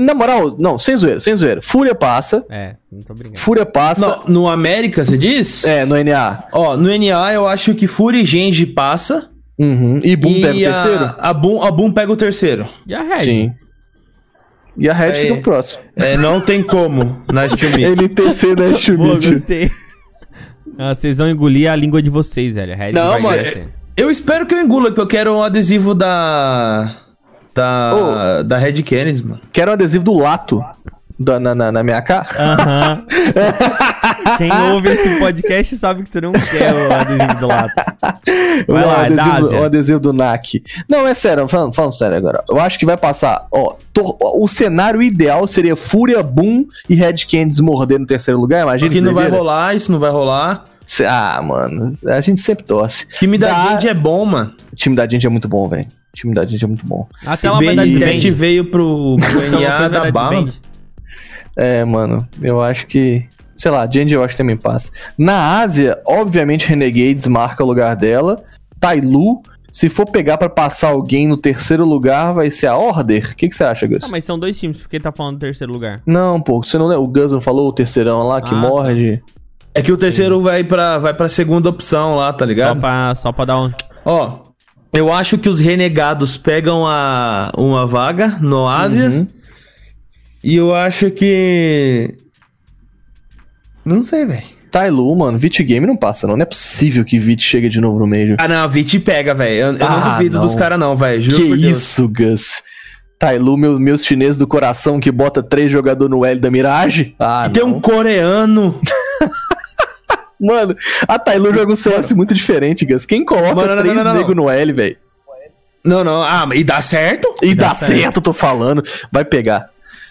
S2: Na moral, não, sem zoeira, sem zoeira. Fúria passa.
S1: É, muito obrigado.
S2: Fúria passa.
S3: No, no América, você diz?
S2: É, no NA.
S3: Ó, no NA eu acho que Fury e Genji passa.
S2: Uhum. E Boom
S3: e
S2: pega o
S3: a-
S2: terceiro?
S3: A Boom, a Boom pega o terceiro.
S1: E a Red?
S2: Sim. E a Red
S3: Aí.
S2: fica pro próximo.
S3: É, não tem como na Steam Meet.
S2: NTC da
S1: Boa,
S2: né, Schmidt.
S1: gostei. Ah, vocês vão engolir a língua de vocês, velho. A Red
S3: Não,
S1: vai
S3: mano, é-
S1: crescer.
S3: Eu espero que eu engula, porque eu quero um adesivo da. Da. Da Red Canids, mano.
S2: Quero um adesivo do Lato da, na, na, na minha cara.
S1: Aham. Quem ouve esse podcast sabe que tu não quer o adesivo do lado. Vai
S2: Não,
S1: lá, é da
S2: Um adesivo,
S1: Ásia.
S2: o adesivo do NAC. Não, é sério, falando, falando sério agora. Eu acho que vai passar. Ó, tor- ó, o cenário ideal seria Fúria, Boom e Red Candies morder no terceiro lugar. Imagina
S3: Porque não vai
S2: doideira.
S3: rolar, isso não vai rolar.
S2: Cê- Ah, mano, a gente sempre torce.
S3: Time da
S2: Dá-
S3: Genji é bom, mano.
S2: O time da gente é muito bom, velho. O time da gente é muito bom.
S1: Até lá vai
S3: Bem,
S1: dar
S3: Cat
S1: desvende.
S3: veio pro, pro NA é
S1: né?
S3: da Bama.
S2: É, mano, eu acho que. Sei lá, Genji eu acho que também passa. Na Ásia, obviamente, Renegades marca o lugar dela. Tailu, se for pegar pra passar alguém no terceiro lugar, vai ser a Order. O que que você acha, Gus?
S1: Ah, mas são dois times, porque tá falando do terceiro lugar.
S2: Não, pô, você não lembra? O Gus não falou o terceirão lá
S3: tá.
S2: que
S1: Ah,
S2: morde?
S3: É que o terceiro vai pra, vai pra segunda opção lá,
S1: Só
S3: tá ligado?
S1: pra, só pra dar um.
S3: Ó, eu acho que os renegados pegam a, uma vaga no Ásia.
S2: Uhum.
S3: E eu acho que. Não sei, velho.
S2: Tailu, Tá, mano, Vit Game não passa, não. Não é possível que Vit chegue de novo no meio.
S3: Ah, não, a Vit pega, velho. Eu, eu não
S2: Ah,
S3: duvido
S2: não.
S3: dos caras, não, velho. Juro
S2: que
S3: por Deus.
S2: isso, Gus? Tailu, meu, meus chineses do coração que bota três jogadores no L da Mirage? Ah,
S3: E tem um coreano.
S2: Mano, a Tailu joga um CS muito diferente, Gus. Quem coloca
S3: Mano, não,
S2: três
S3: não, não, não.
S2: nego no L, velho?
S3: Não, não. Ah, mas e dá certo?
S2: E dá, certo, eu tô falando. Vai pegar.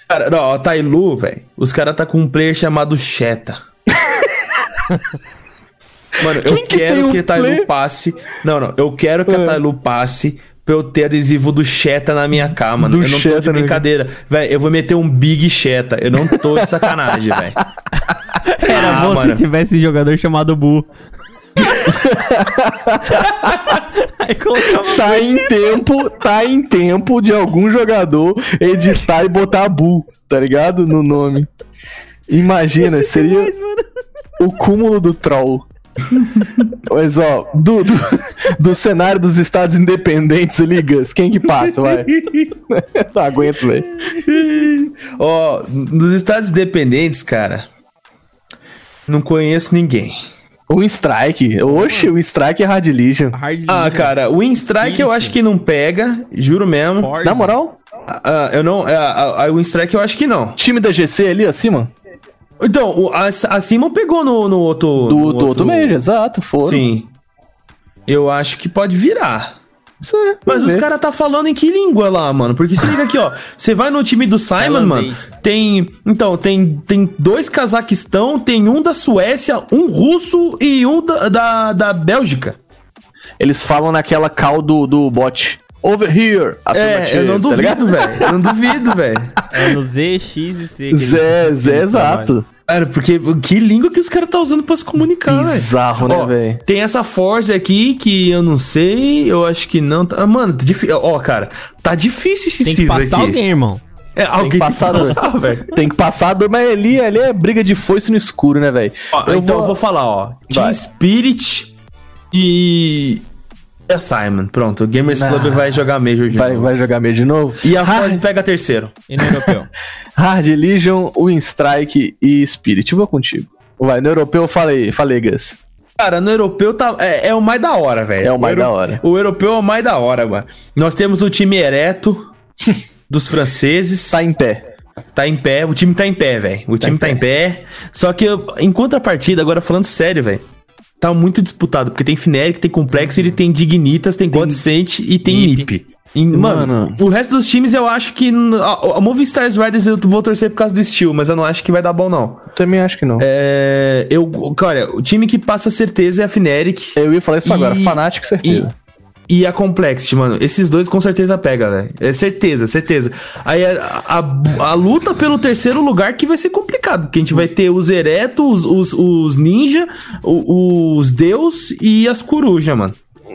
S3: Cara, não, ó, tá Tailu, velho. Os caras tá com um player chamado Cheta. Mano, eu
S2: Quem que tem
S3: quero
S2: um
S3: que a Tailu
S2: player? É.
S3: passe. Não, não. Eu quero que a Tailu passe pra eu ter adesivo do Cheta na minha cama.
S2: Do
S3: mano. eu não tô
S2: Sheta
S3: de
S2: na minha-
S3: brincadeira. Velho, eu vou meter um Big Cheta. Eu não tô de sacanagem, velho.
S1: Era
S3: Ah,
S1: bom
S3: mano.
S1: se tivesse um jogador chamado Bu. Aí colocava.
S2: Tá em tempo, tá em tempo de algum jogador editar e botar Bu, tá ligado? No nome. Imagina, seria
S1: Mas, mano,
S2: o cúmulo do troll. Mas ó, do, do, do cenário dos estados independentes ali, Gus, quem que passa, vai? Não aguento, velho.
S3: Ó, nos estados dependentes, cara. Não conheço ninguém.
S2: O Um Strike. Oxe, o Strike é Hard Legion.
S1: Hard
S3: Ah,
S1: Legion,
S3: cara, o Winstrike eu acho que não pega, juro mesmo.
S1: Forza.
S2: Na moral,
S3: Ah, eu não. A, a, a Winstrike eu acho que não.
S2: time da GC ali acima?
S3: Então, o, a, a Simon pegou no, no outro.
S2: Do,
S3: no
S2: do outro, mês, exato, foram.
S3: Sim. Eu acho que pode virar.
S2: Isso é,
S3: Mas
S2: vamos
S3: os
S2: ver.
S3: caras tá falando em que língua lá, mano? Porque se liga aqui, ó. Você vai no time do Simon, mano.
S1: Tailandês.
S3: Tem. Então, tem, tem dois Cazaquistão, tem um da Suécia, um russo e um da, da, da Bélgica.
S2: Eles falam naquela call do, do bot. Over here!
S3: É, eu não
S2: Afirmative, tá
S3: duvido, velho. Eu não duvido, velho.
S1: É no Z, X e C. que eles-
S2: Zé,
S1: eles
S3: né,
S2: Zé,
S1: trabalham.
S2: exato.
S3: Cara, porque que língua que os caras tá usando pra se comunicar, velho?
S2: Bizarro, né,
S3: Ó,
S2: velho?
S3: Tem essa Force aqui que eu não sei, eu acho que não. Tá... Ah, mano, tá difí- ó, cara, tá difícil esse
S1: Tem que
S3: CIS aqui.
S1: passar alguém, irmão.
S3: É, alguém
S2: que passar,
S3: tem
S2: né?
S3: que passar, velho.
S2: Tem que passar, do- mas ali, ali é briga de foice no escuro, né, velho?
S3: Ó, então eu vou falar, ó. Team
S2: Vai.
S3: Spirit e. E a Simon, pronto. O Gamers Club vai jogar Major de
S2: Vai,
S3: novo.
S2: vai jogar meio de novo?
S3: E a
S2: Hard,
S3: Force pega terceiro.
S1: E no europeu.
S2: Hard Legion, Winstrike e Spirit. Vou contigo. Vai, no europeu, falei, falei, Gus.
S3: Cara, no europeu tá, é, é o mais da hora, velho.
S2: É o mais
S3: euro-
S2: da hora.
S3: O europeu é o mais da hora, mano. Nós temos o time ereto dos franceses.
S2: Tá em pé.
S3: Tá em pé, o time tá em pé, velho. O time tá em pé. Só que, em contrapartida, agora falando sério, velho. Tá muito disputado, porque tem Fineric, tem Complex, ele tem Dignitas, tem Godsent e tem
S1: Nip.
S3: Nip. E, mano,
S2: Mano.
S3: o resto dos times eu acho que. n- A, a Movistar Riders eu vou torcer por causa do Steel, mas eu não acho que vai dar bom, não.
S2: Também acho que não.
S3: É, eu, cara, o time que passa certeza é a Fnatic.
S2: Eu ia falar isso agora,
S3: E-
S2: Fnatic,
S3: E,
S2: certeza.
S3: e a Complexity, mano. Esses dois com certeza pega, velho. É certeza, certeza. Aí a, a- a luta pelo terceiro lugar que vai ser complicado. Porque a gente vai ter os Ereto, os, os, os Ninja, o- os Deus e as Coruja, mano.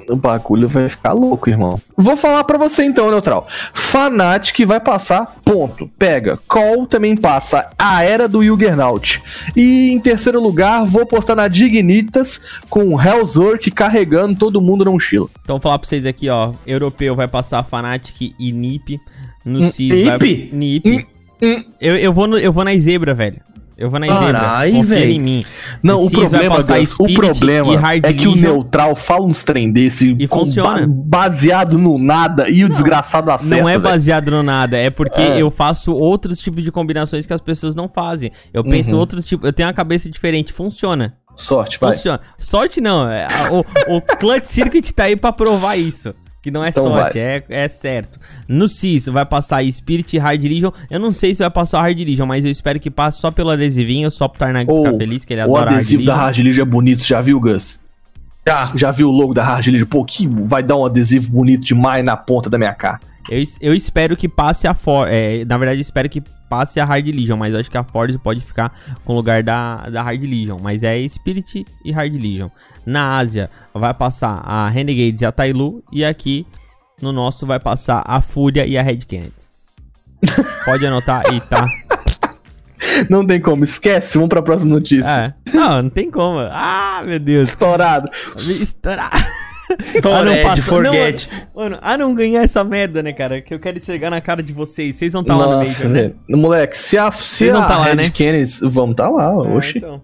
S2: O bagulho vai ficar louco, irmão. Vou falar pra você então, Neutral. Fnatic vai passar, ponto. Pega. Call também passa. A era do Juggernaut. E em terceiro lugar, vou postar na Dignitas com o Hellzork carregando todo mundo na mochila.
S1: Então, vou falar pra vocês aqui, ó. Europeu vai passar Fnatic e Nip. No
S3: Hum,
S1: CIS vai-
S3: Nip?
S1: Nip.
S2: hum.
S1: Eu, eu, vou no- eu vou na zebra, velho. Eu vou na zebra.
S3: Carai,
S1: Confia
S3: velho.
S1: em mim.
S2: Não,
S1: No
S2: o
S1: Cis vai
S2: problema,
S1: passar
S2: Gus, o
S1: Spirit e
S2: problema
S1: Hard
S2: é que o
S1: Legion.
S2: Neutral fala uns trem desse
S1: E
S2: com
S1: funciona.
S2: ba- baseado no nada e o desgraçado acerta.
S1: não é
S2: velho.
S1: baseado no nada, é porque eu faço outros tipos de combinações que as pessoas não fazem. Eu penso outros tipos, eu tenho uma cabeça diferente, funciona.
S2: Sorte, Uhum. vai.
S1: Funciona. Sorte não, é, a- o, o Clutch Circuit tá aí pra provar isso. Que não é
S2: Então
S1: sorte, é, é certo. No CIS vai passar Spirit e Hard Legion. Eu não sei se vai passar Hard Legion, mas eu espero que passe só pelo adesivinho, só pro Tarnag ficar
S2: Ou
S1: feliz, que ele
S2: O
S1: adora Hard
S2: adesivo da
S1: Legion.
S2: Hard Legion é bonito, já viu, Gus?
S3: Tá.
S2: Já viu o logo da Hard Legion? Pô, que vai dar um adesivo bonito demais na ponta da minha cara.
S1: Eu, es- eu espero que passe a For é, na verdade, eu espero que passe a Hard Legion, mas eu acho que a Force pode ficar com o lugar da, da Hard Legion. Mas é Spirit e Hard Legion. Na Ásia vai passar a Renegades e a Tailu. E aqui no nosso vai passar a Fúria e a Red Canids. Pode anotar aí, tá?
S2: Não tem como, esquece, vamos pra próxima notícia.
S1: É. Não, não tem como. Ah, meu Deus.
S2: Estourado.
S1: Me estourar. Ah, não,
S3: Tored,
S1: passa-
S3: Forget.
S1: Não, mano, ah, não ganhar essa merda, né, cara? Que eu quero chegar na cara de vocês. Vocês vão estar lá no
S2: Nossa,
S1: Major, né?
S2: velho. Moleque, se a, se
S1: Vocês
S2: a
S1: não tá lá,
S2: Red
S1: né?
S2: Canids- Vamos tá lá,
S1: Ah,
S2: oxi.
S1: então.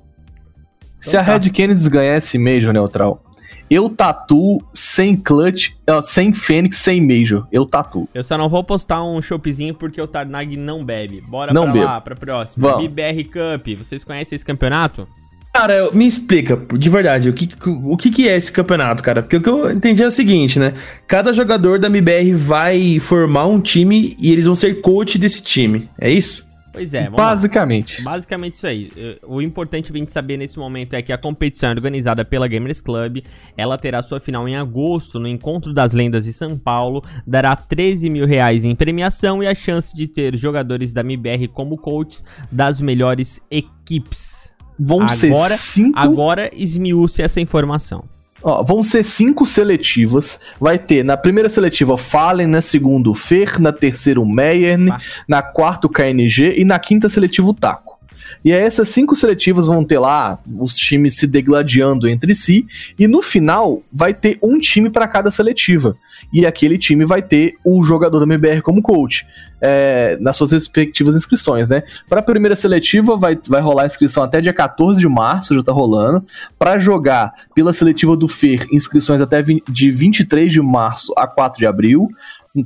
S2: Se a
S1: tá.
S2: Red Canids ganhar esse Major, né, Neutral, eu tatuo sem Clutch, ó, sem Fênix, sem Major. Eu tatuo.
S1: Eu só não vou postar um choppzinho porque o Tarnag não bebe. Bora
S2: Não
S1: pra
S2: bebo.
S1: lá, pra próxima.
S2: Vamos.
S1: BBR Cup, vocês conhecem esse campeonato?
S3: Cara, eu- me explica, de verdade, o que, o que que é esse campeonato, cara? Porque o que eu entendi é o seguinte, né? Cada jogador da MBR vai formar um time e eles vão ser coach desse time. É isso?
S1: Pois é, vamos lá.
S2: Basicamente.
S1: Basicamente isso aí. Eh, O importante a gente saber nesse momento é que a competição é organizada pela Gamers Club. Ela terá sua final em agosto, no Encontro das Lendas em São Paulo. Dará 13 mil reais em premiação e a chance de ter jogadores da MBR como coaches das melhores equipes.
S2: Vão
S1: Agora-
S2: ser cinco.
S1: Agora esmiúce essa informação.
S2: Ó, vão ser cinco seletivas. Vai ter na primeira seletiva Fallen, na segunda o Fer, na terceira o Meiern,
S1: Tá.
S2: na quarta o KNG e na quinta seletiva o Taco. E aí essas cinco seletivas vão ter lá os times se degladiando entre si e no final vai ter um time para cada seletiva. E aquele time vai ter o jogador da MBR como coach. é, nas suas respectivas inscrições, né? Pra primeira seletiva vai, vai rolar a inscrição até dia 14 de março, já tá rolando. Pra jogar pela seletiva do FER, inscrições até vi- de 23 de março a 4 de abril.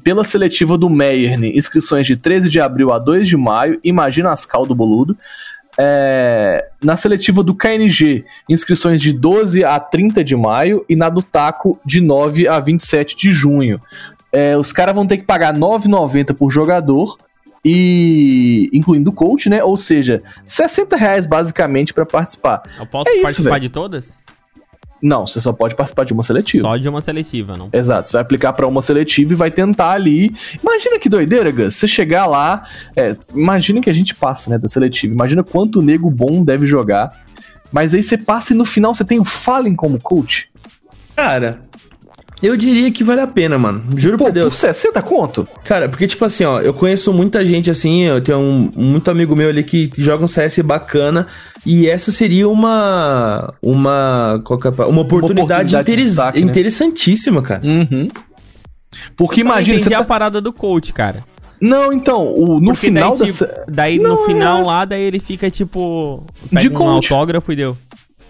S2: Pela seletiva do Meierne, inscrições de 13 de abril a 2 de maio. Imagina as cal do boludo. É, na seletiva do KNG, inscrições de 12 a 30 de maio. E na do Taco, de 9 a 27 de junho. É, os caras vão ter que pagar R$ 9,90 por jogador. E incluindo o coach, né? Ou seja, R$ 60 reais basicamente pra participar.
S1: Eu posso
S2: É isso,
S1: participar
S2: velho.
S1: de todas?
S2: Não, você só pode participar de uma seletiva.
S1: Só de uma seletiva, não
S2: Exato, você vai aplicar pra uma seletiva e vai tentar ali. Imagina que doideira, Gus. Você chegar lá, é, imagina que a gente passa, né, da seletiva. Imagina quanto nego bom deve jogar. Mas aí você passa e no final você tem o Fallen como coach.
S3: Cara, eu diria que vale a pena, mano. Juro
S2: Pô,
S3: por
S2: por
S3: Deus.
S2: 60 conto?
S3: Cara, porque, tipo assim, ó, eu conheço muita gente assim, eu tenho um, muito amigo meu ali que joga um CS bacana, e essa seria uma. Uma. Qual que é a pa- uma oportunidade,
S2: oportunidade de
S3: interes-
S2: destaque, né?
S3: interessantíssima, cara.
S2: Uhum. Porque imagina,
S1: entendi
S2: você
S1: a
S2: tá...
S1: parada do coach, cara.
S2: Não, então, o- no
S1: Porque
S2: final
S1: daí,
S2: da.
S1: tipo,
S2: se-
S1: daí no
S2: Não, é.
S1: final lá, daí ele fica tipo. Pega
S2: De
S1: um
S2: coach.
S1: autógrafo e deu.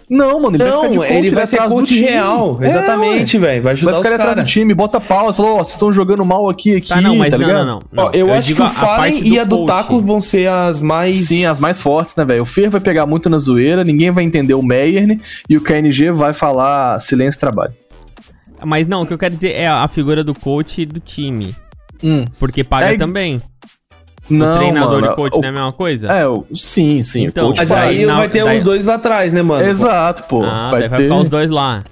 S2: Não, mano, ele
S3: Não,
S2: vai ficar de coach,
S3: ele vai ser
S2: atrás do
S3: coach
S2: time.
S3: real.
S2: É,
S3: Exatamente, velho. Vai
S2: ué.
S3: ajudar
S2: Vai ficar ali
S3: os
S2: atrás do
S3: caras.
S2: time, bota pausa, falou, ó, vocês estão jogando mal aqui, aqui,
S1: Tá, não, mas não, não,
S2: ligado?
S1: não, não.
S3: Ó, eu, acho
S1: digo
S3: que o
S1: a- a
S3: Fallen
S1: parte
S3: e a do
S1: coach.
S3: Taco vão ser as mais.
S2: Sim, as mais fortes, né, velho? O Fer vai pegar muito na zoeira, ninguém vai entender o Meierne e o KNG vai falar silêncio e trabalho.
S1: Mas não, o que eu quero dizer é a figura do coach e do time.
S2: Hum.
S1: Porque paga
S2: É,
S1: também.
S2: Não,
S1: o treinador
S2: mano,
S1: e coach
S2: o-
S1: não é a mesma coisa?
S2: É, o- sim, sim. o
S1: Então,
S2: coach
S3: Mas
S1: Tipo,
S3: aí
S1: aí na-
S3: vai ter
S1: daí-
S3: uns dois lá atrás, né, mano?
S2: Exato, pô.
S1: ah,
S2: vai
S1: daí vai
S2: ter.
S1: ficar os dois lá.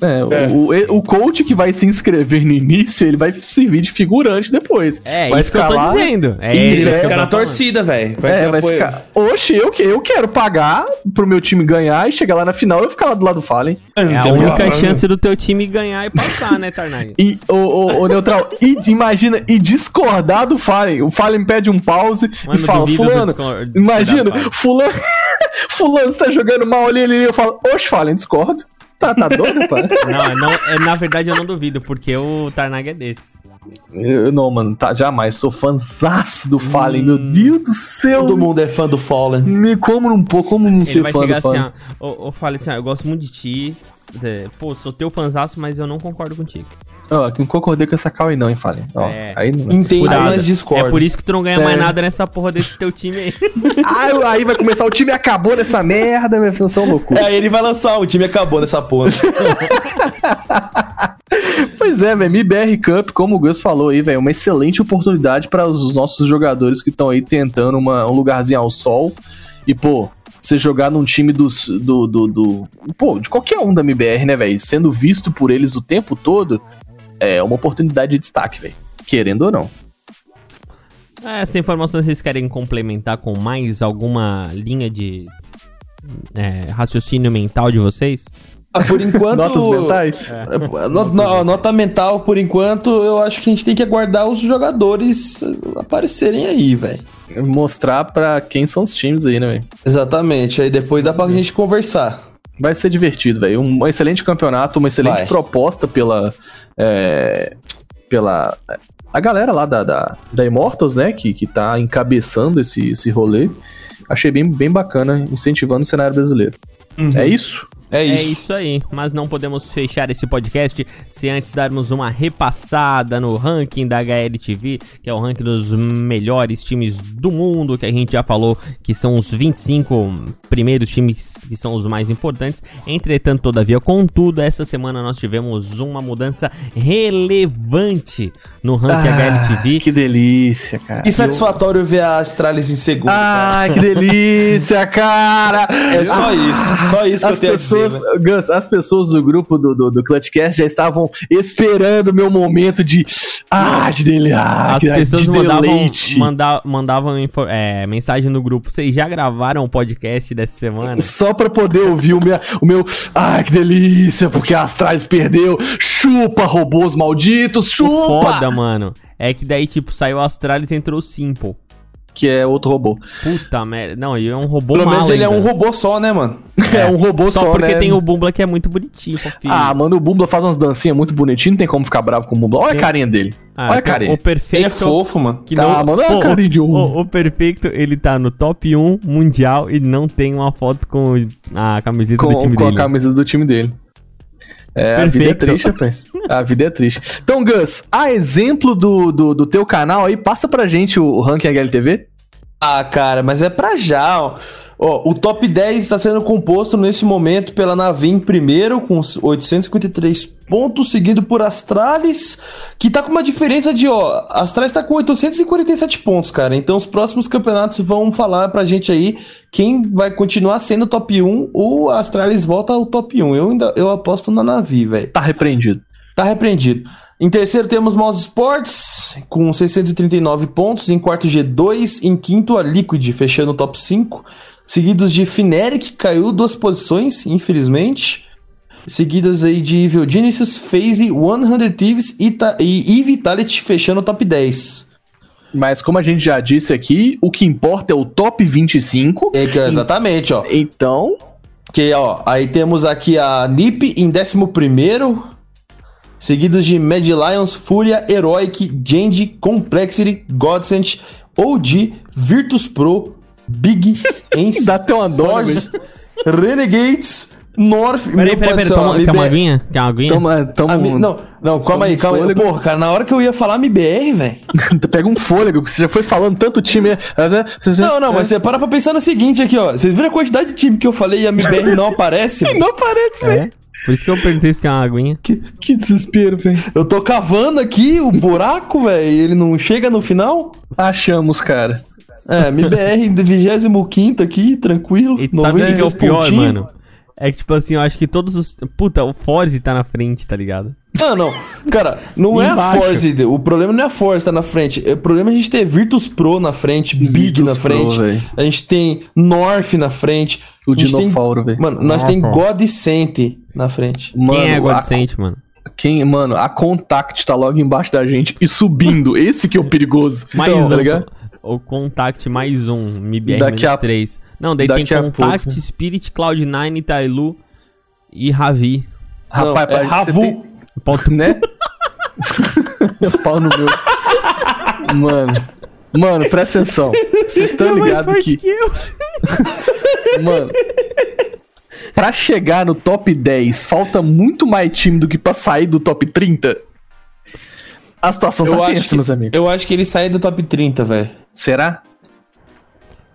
S2: É, o, o, o coach que vai se inscrever no início, ele vai servir de figurante depois.
S1: É,
S2: vai
S1: isso que eu tô
S2: escalar.
S1: dizendo. É,
S2: e
S1: isso
S3: Ele
S1: que
S3: vai
S1: eu
S3: ficar
S1: tô
S3: na
S1: falando.
S3: torcida, velho. Vai,
S2: É,
S3: ser
S2: vai
S3: apoio.
S2: ficar. Oxe, eu, que- eu quero pagar pro meu time ganhar e chegar lá na final eu ficar lá do lado do Fallen.
S3: Ah, não
S1: É a
S3: tem problema.
S1: única chance do teu time ganhar e passar, né, Tarnag?
S2: E, ô, ô, ô, Neutral, e, imagina, e discordar do Fallen. O Fallen pede um pause
S1: Mano,
S2: e fala,
S1: duvido do
S2: fulano,
S1: discor- discordar do
S2: imagina,
S1: Fallen."
S2: fulano, fulano, você tá jogando mal ali, ele, eu falo, oxe, Fallen, discordo. Tá, tá doido, pai?
S1: Não, eu não é, na verdade eu não duvido, porque o Tarnag é desse.
S2: Eu- não, mano, tá, jamais, sou fãzaço do Fallen, meu
S1: Hum.
S2: Deus do céu.
S3: Todo mundo é fã do Fallen.
S2: Me como não pô, como não
S1: Ele
S2: ser
S1: vai
S2: fã do
S1: chegar assim,
S2: Fallen.
S1: ó, eu, falei assim, ó, eu gosto muito de ti. é, Pô, sou teu fanzaço, mas eu não concordo contigo.
S2: Ó, que não concordei com essa cal aí não, hein, Fallen. Ó,
S1: É.
S2: aí não.
S3: Entendo,
S1: Cuidado.
S3: mas discordo.
S1: É por isso que tu não ganha mais
S2: É.
S1: nada nessa porra desse teu time aí.
S2: Aí, aí vai começar, o time acabou nessa merda, minha filha, são loucura.
S3: É, ele vai lançar, o time acabou nessa porra.
S2: Pois é, velho, MBR Cup, como o Gus falou aí, velho, uma excelente oportunidade para os nossos jogadores que estão aí tentando uma- um lugarzinho ao sol. E, pô, você jogar num time dos, do, do, do- Pô, de qualquer um da MBR, né, velho? Sendo visto por eles o tempo todo, é uma oportunidade de destaque, velho. Querendo ou não.
S1: Ah, Essa informação vocês querem complementar com mais alguma linha de é, raciocínio mental de vocês?
S3: Ah, por enquanto.
S2: Notas mentais?
S3: É, no- no- Nota mental, por enquanto, eu acho que a gente tem que aguardar os jogadores aparecerem aí, velho.
S2: Mostrar pra quem são os times aí, né, velho?
S3: Exatamente. Aí depois dá pra gente conversar.
S2: Vai ser divertido, velho. Um excelente campeonato, uma excelente
S3: Vai.
S2: proposta pela. é, pela. A galera lá da, da, da Immortals, né? Que, que tá encabeçando esse, esse rolê. Achei bem, bem bacana, incentivando o cenário brasileiro. É isso?
S3: É
S1: É
S3: isso.
S1: isso aí, mas não podemos fechar esse podcast se antes darmos uma repassada no ranking da HLTV, que é o ranking dos melhores times do mundo, que a gente já falou que são os 25 primeiros times que são os mais importantes. Entretanto, todavia, contudo, essa semana nós tivemos uma mudança relevante no
S3: Ah,
S1: ranking HLTV.
S2: Ah, que delícia, cara.
S3: Que satisfatório ver a Astralis em segundo. cara.
S2: Ah, que delícia, cara!
S3: É só isso. Só isso que
S2: As
S3: eu tenho a
S2: pessoas,
S3: dizer. né?
S2: Gus, as pessoas do grupo do, do, do Clutchcast já estavam esperando o meu momento de. Ah, de delícia!
S1: As pessoas mandavam, manda- mandavam info- é, mensagem no grupo. Vocês já gravaram o podcast dessa semana?
S2: Só pra poder ouvir o meu, o meu. Ai, que delícia, porque a Astralis perdeu. Chupa, robôs malditos,
S1: O
S2: chupa!
S1: foda, mano, é que daí, tipo, saiu Astralis e entrou o Simple.
S2: Que é outro robô.
S1: Puta merda. Não, e é um robô
S3: Pelo
S1: mal
S3: menos ele é
S1: ainda.
S3: um robô só, né, mano?
S2: É, um robô
S1: Só,
S2: só,
S1: porque
S2: né?
S1: tem o Bumbla que é muito bonitinho, fofinho.
S2: Ah, mano, o Bubla faz umas dancinhas muito bonitinhas, não tem como ficar bravo com o Bubla. Olha a carinha dele.
S1: Ah,
S2: Olha a
S1: tem
S2: carinha.
S1: O Perfeito...
S3: Ele é fofo, mano.
S1: Que
S2: Ah, mano, olha a
S1: Pô,
S2: carinha de um.
S1: o,
S2: ovo.
S1: o, o Perfeito, ele tá no top 1 mundial e não tem uma foto com a camiseta do
S2: Com,
S1: time
S2: com a
S1: dele.
S2: camisa do time dele. É, a vida é
S1: Perfeito.
S2: triste, rapaz. A vida é triste. Então, Gus, a exemplo do, do, do teu canal aí, passa pra gente o, o ranking HLTV.
S3: Ah, cara, mas é pra já, ó. Ó, o top 10 está sendo composto nesse momento pela Navin primeiro, com 853 pontos, seguido por Astralis, que tá com uma diferença de, ó, Astralis tá com 847 pontos, cara. Então os próximos campeonatos vão falar pra gente aí quem vai continuar sendo top 1 ou a Astralis volta ao top 1. Eu ainda eu aposto na Navi, velho.
S2: Tá repreendido.
S3: Tá repreendido. Em terceiro temos Mouse Sports com 639 pontos. Em quarto G2. Em quinto a Liquid, fechando o top 5. Seguidos de Fineric, que caiu duas posições, infelizmente. Seguidas aí de Evil Genesis, FaZe, 100 Thieves e, Ta- e, e Vitality fechando o top 10.
S2: Mas como a gente já disse aqui, o que importa é o top 25.
S3: É que, ó, exatamente, ó.
S2: Então,
S3: Que, ó, aí temos aqui a NiP em 11º, seguidos de Mad Lions, Fúria, Heroic, Genji, Complexity, Godsend, OG, Virtus Pro, Big, Ence,
S2: dá até uma dó. né, velho?
S3: Force, Renegades, North...
S1: Peraí, peraí,
S3: meu pai do
S1: peraí.
S3: céu,
S1: Toma,
S3: liber-
S1: Quer uma aguinha? Quer uma aguinha?
S2: Toma, toma
S3: Ah, mi-
S2: um-
S3: Não, não, calma aí,
S1: um
S3: calma aí.
S2: fôlego.
S3: Porra, cara, na hora que eu ia falar MBR, velho.
S2: Pega um fôlego, que você já foi falando tanto time. é-
S3: Não, não, mas você para pra pensar no seguinte aqui, ó. Vocês viram a quantidade de time que eu falei e a MBR não aparece?
S2: Não parece, velho.
S1: Por isso que eu perguntei se quer uma aguinha.
S2: Que, que desespero, velho.
S3: Eu tô cavando aqui o buraco, velho, e ele não chega no final?
S2: Achamos, cara.
S3: É, MBR 25 aqui, tranquilo.
S1: E tu sabe o que que é o
S3: 92
S1: pior,
S3: pontinho.
S1: mano? É que, tipo assim, eu acho que todos os. Puta, o Forze tá na frente, tá ligado?
S3: Ah, não. Cara, não é a
S1: Embaixo.
S3: Force. O problema não é a Force tá na frente. é- O problema é a gente ter Virtus Pro na frente, Big
S2: Virtus
S3: na
S2: Pro,
S3: frente.
S2: véi.
S3: a gente tem North na frente.
S2: O
S3: a gente tem-
S2: Dinofauro, velho.
S3: Mano, nós
S1: Ah,
S3: tem
S1: pô.
S3: God Sent na frente.
S2: Mano,
S1: Quem é
S2: a-
S1: Godcent, mano?
S2: quem, mano, a Contact tá logo embaixo da gente e subindo. Esse que é o perigoso.
S1: Mais
S2: Então,
S1: um.
S2: tá ligado?
S1: O Contact mais um, MBR
S2: Daqui a-
S1: 3. Não, daí tem
S2: daqui a
S1: Contact,
S2: pouco.
S1: Spirit, Cloud9, Tailu e Ravi.
S3: Não,
S2: Rapaz,
S3: é
S2: parece que
S3: Ravu.
S2: você tem-
S1: Pauta-
S2: né? Pau no meu. Mano. Mano, presta atenção. Vocês
S1: é
S2: estão ligados Tá que,
S1: eu.
S2: mano, pra chegar no top 10, falta muito mais time do que pra sair do top 30? A situação tá tensa, meus amigos.
S3: eu acho que ele sai do top 30, velho.
S2: Será?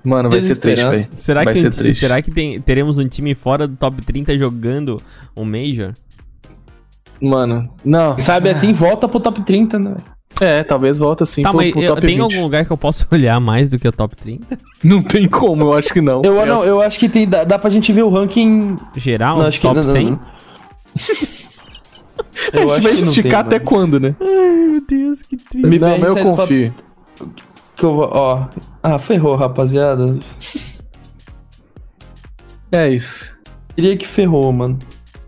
S2: Mano, vai ser triste,
S3: Desesperança.
S2: velho.
S1: Será
S2: vai
S1: que,
S2: ser
S1: um ti-
S2: triste.
S1: será que tem- teremos um time fora do top 30 jogando um Major?
S2: Mano, não.
S3: Sabe assim, volta pro top 30, né? véi?
S2: É, talvez volta sim
S1: tá,
S2: pro,
S1: mas
S2: pro
S1: eu-
S2: top
S1: tem
S2: 20.
S1: algum lugar que eu possa olhar mais do que o top 30?
S2: Não tem como, eu acho que não.
S3: Eu, Ah, um não, eu acho que tem, dá, dá pra gente ver o ranking.
S1: Geral,
S3: não, acho que
S1: top
S3: não, não,
S1: 100?
S3: não.
S2: a gente
S3: acho
S2: vai
S3: que não
S2: esticar
S3: tem,
S2: até quando, né?
S1: Ai, meu Deus, que triste.
S2: não,
S3: bem,
S2: mas eu
S3: sai do top-
S2: confio.
S3: Que eu vou, ó. Ah, ferrou, rapaziada.
S2: É isso.
S3: Diria que ferrou, mano.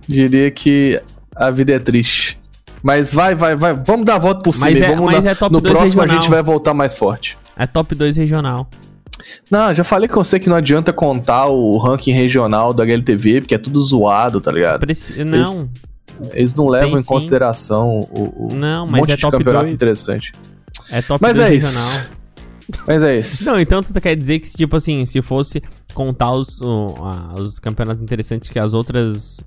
S2: Diria que a vida é triste. Mas vai, vai, vai. Vamos dar a volta por cima.
S1: Mas
S2: e
S1: é-
S2: vamos
S1: mas
S2: na-
S1: é top
S2: no
S1: dois
S2: próximo a
S1: regional.
S2: gente vai voltar mais forte.
S1: É top 2 regional.
S2: Não, já falei com você que não adianta contar o ranking regional do HLTV, porque é tudo zoado, tá ligado?
S1: Preci- Não,
S2: Eles não levam em
S1: sim.
S2: consideração o, o
S1: Não, mas é top dois.
S2: interessante.
S1: é top
S2: Mas
S1: 2
S2: é isso.
S1: regional.
S2: Mas é isso.
S1: Não, então tu quer dizer que, tipo assim, se fosse contar os, o- a- os campeonatos interessantes que as outras.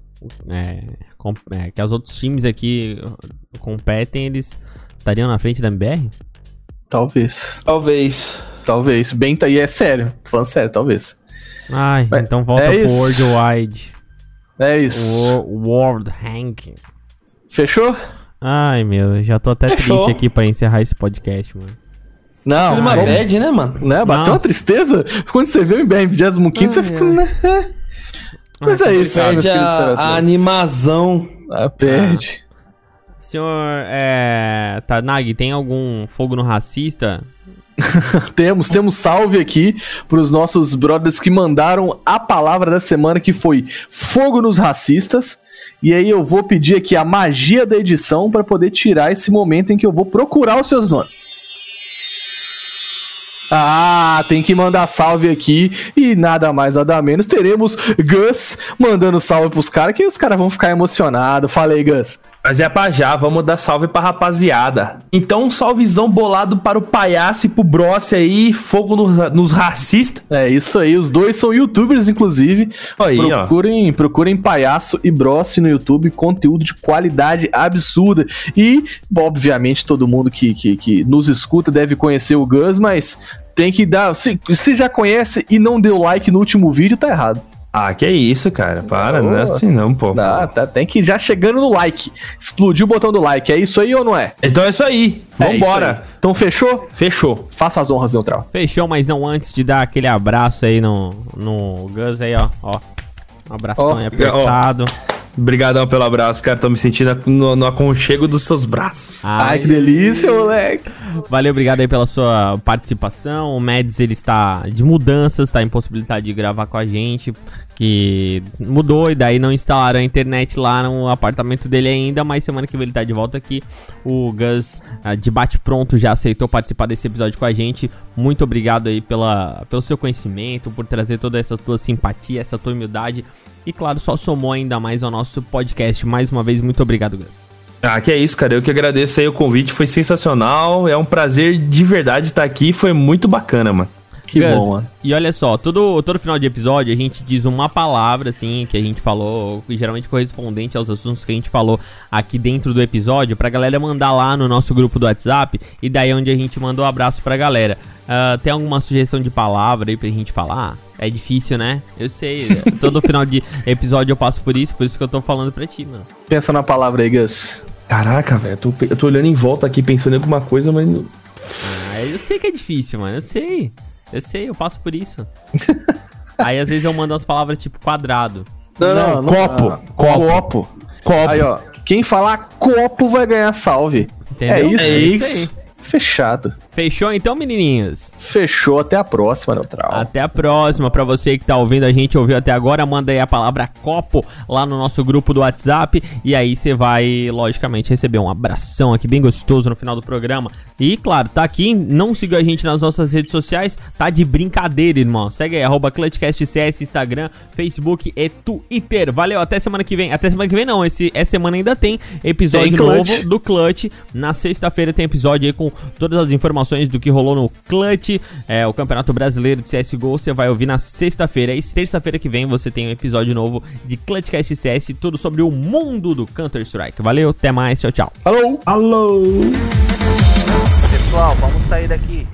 S1: é, com- é, que os outros times aqui uh, competem, eles estariam na frente da MBR?
S2: Talvez.
S3: Talvez.
S2: Talvez. Bem, tá aí, é sério. Tô falando sério, talvez.
S1: Ai,
S2: Mas
S1: então volta
S2: é
S1: pro
S2: isso.
S1: World Wide.
S2: É isso.
S1: Wo- World Ranking.
S2: Fechou?
S1: Ai, meu, eu já tô até
S3: Fechou.
S1: triste aqui pra encerrar esse podcast, mano.
S2: Não,
S3: Clima
S2: vamos-
S3: bad, né, mano?
S2: né? Bateu uma
S1: Nossa.
S2: tristeza? Quando você vê o MBR 25, você
S1: Ai,
S2: fica.
S1: ai.
S2: né? Mas
S1: Ai,
S2: é
S1: que
S2: isso,
S1: complicado.
S2: meus queridos
S3: Perde a, a
S2: Seratlans.
S3: animação.
S2: Ah, perde.
S1: Senhor, é. Tanag, tem algum fogo no racista?
S2: Temos, temos salve aqui pros nossos brothers que mandaram a palavra da semana que foi fogo nos racistas. E aí eu vou pedir aqui a magia da edição para poder tirar esse momento em que eu vou procurar os seus nomes. Ah, tem que mandar salve aqui e nada mais, nada menos. Teremos Gus mandando salve pros caras, que os caras vão ficar emocionados. Falei, Gus.
S3: Mas é pra já, vamos dar salve pra rapaziada. Então, um salvezão bolado para o palhaço e pro brosse aí, fogo nos, nos racistas.
S2: É isso aí, os dois são youtubers, inclusive.
S3: Aí, ó.
S2: procurem, procurem Palhaço e Brosse no YouTube, conteúdo de qualidade absurda. E, obviamente, todo mundo que, que, que nos escuta deve conhecer o Gus, mas tem que dar. Se, se já conhece e não deu like no último vídeo, tá errado.
S3: Ah, que isso, cara. Para, não é assim não, pô.
S2: Ah, tá, tem que ir já chegando no like. Explodiu o botão do like. É isso aí ou não é?
S3: Então é isso aí.
S2: É
S3: Vambora.
S2: isso aí. Então fechou?
S3: Fechou.
S2: Faça as honras, neutral.
S1: Fechou, mas não antes de dar aquele abraço aí no, no Gus aí, ó. ó. Um abração
S3: Ó,
S1: aí apertado.
S3: Obrigadão pelo abraço, cara. Tô me sentindo no, no aconchego dos seus braços.
S1: Ai,
S2: Ai, que delícia, moleque.
S1: Valeu, obrigado aí pela sua participação. O Mads, ele está de mudanças, está impossibilitado de gravar com a gente, que mudou e daí não instalaram a internet lá no apartamento dele ainda, mas semana que vem ele tá de volta aqui. O Gus, ah, de bate-pronto, já aceitou participar desse episódio com a gente. Muito obrigado aí pela, pelo seu conhecimento, por trazer toda essa tua simpatia, essa tua humildade. E claro, só somou ainda mais ao nosso podcast. Mais uma vez, muito obrigado, Gus.
S3: Ah, que é isso, cara. Eu que agradeço aí o convite. Foi sensacional. É um prazer de verdade estar aqui. Foi muito bacana, mano.
S2: Que
S1: Gus,
S2: bom, mano.
S1: E olha só, todo, todo final de episódio a gente diz uma palavra, assim, que a gente falou, que geralmente correspondente aos assuntos que a gente falou aqui dentro do episódio, pra galera mandar lá no nosso grupo do WhatsApp, e daí é onde a gente manda um abraço pra galera. Ah, tem alguma sugestão de palavra aí pra gente falar? É difícil, né? Eu sei. Todo final de episódio eu passo por isso, por isso que eu tô falando pra ti, mano.
S2: Pensa na palavra aí, Gus.
S3: Caraca, velho, eu tô, pe- eu tô olhando em volta aqui pensando em alguma coisa, mas. não-
S1: Ah, eu sei que é difícil, mano. Eu sei. Eu sei, eu passo por isso. Aí às vezes eu mando umas palavras tipo quadrado.
S3: Não, copo, copo.
S2: Copo.
S3: Copo.
S2: Aí, ó. Quem falar copo vai ganhar salve.
S1: Entendeu?
S2: É isso.
S3: É isso.
S2: Fechado.
S1: Fechou então, menininhos?
S2: Fechou. Até a próxima, Neutral.
S1: Até a próxima. Pra você que tá ouvindo, a gente ouviu até agora, manda aí a palavra copo lá no nosso grupo do WhatsApp. E aí você vai, logicamente, receber um abração aqui bem gostoso no final do programa. E, claro, tá aqui, não seguiu a gente nas nossas redes sociais, tá de brincadeira, irmão. Segue aí, arroba ClutchCastCS, Instagram, Facebook e Twitter. Valeu, até semana que vem. Até semana que vem não, esse, essa semana ainda tem episódio
S2: Tem Clutch.
S1: novo do Clutch. Na sexta-feira tem episódio aí com todas as informações do que rolou no Clutch, é, o Campeonato Brasileiro de CSGO. Você vai ouvir na sexta-feira. E terça-feira que vem você tem um episódio novo de ClutchCast CS, tudo sobre o mundo do Counter-Strike. Valeu, até mais, tchau, tchau.
S2: Falou!
S6: Pessoal, vamos sair daqui.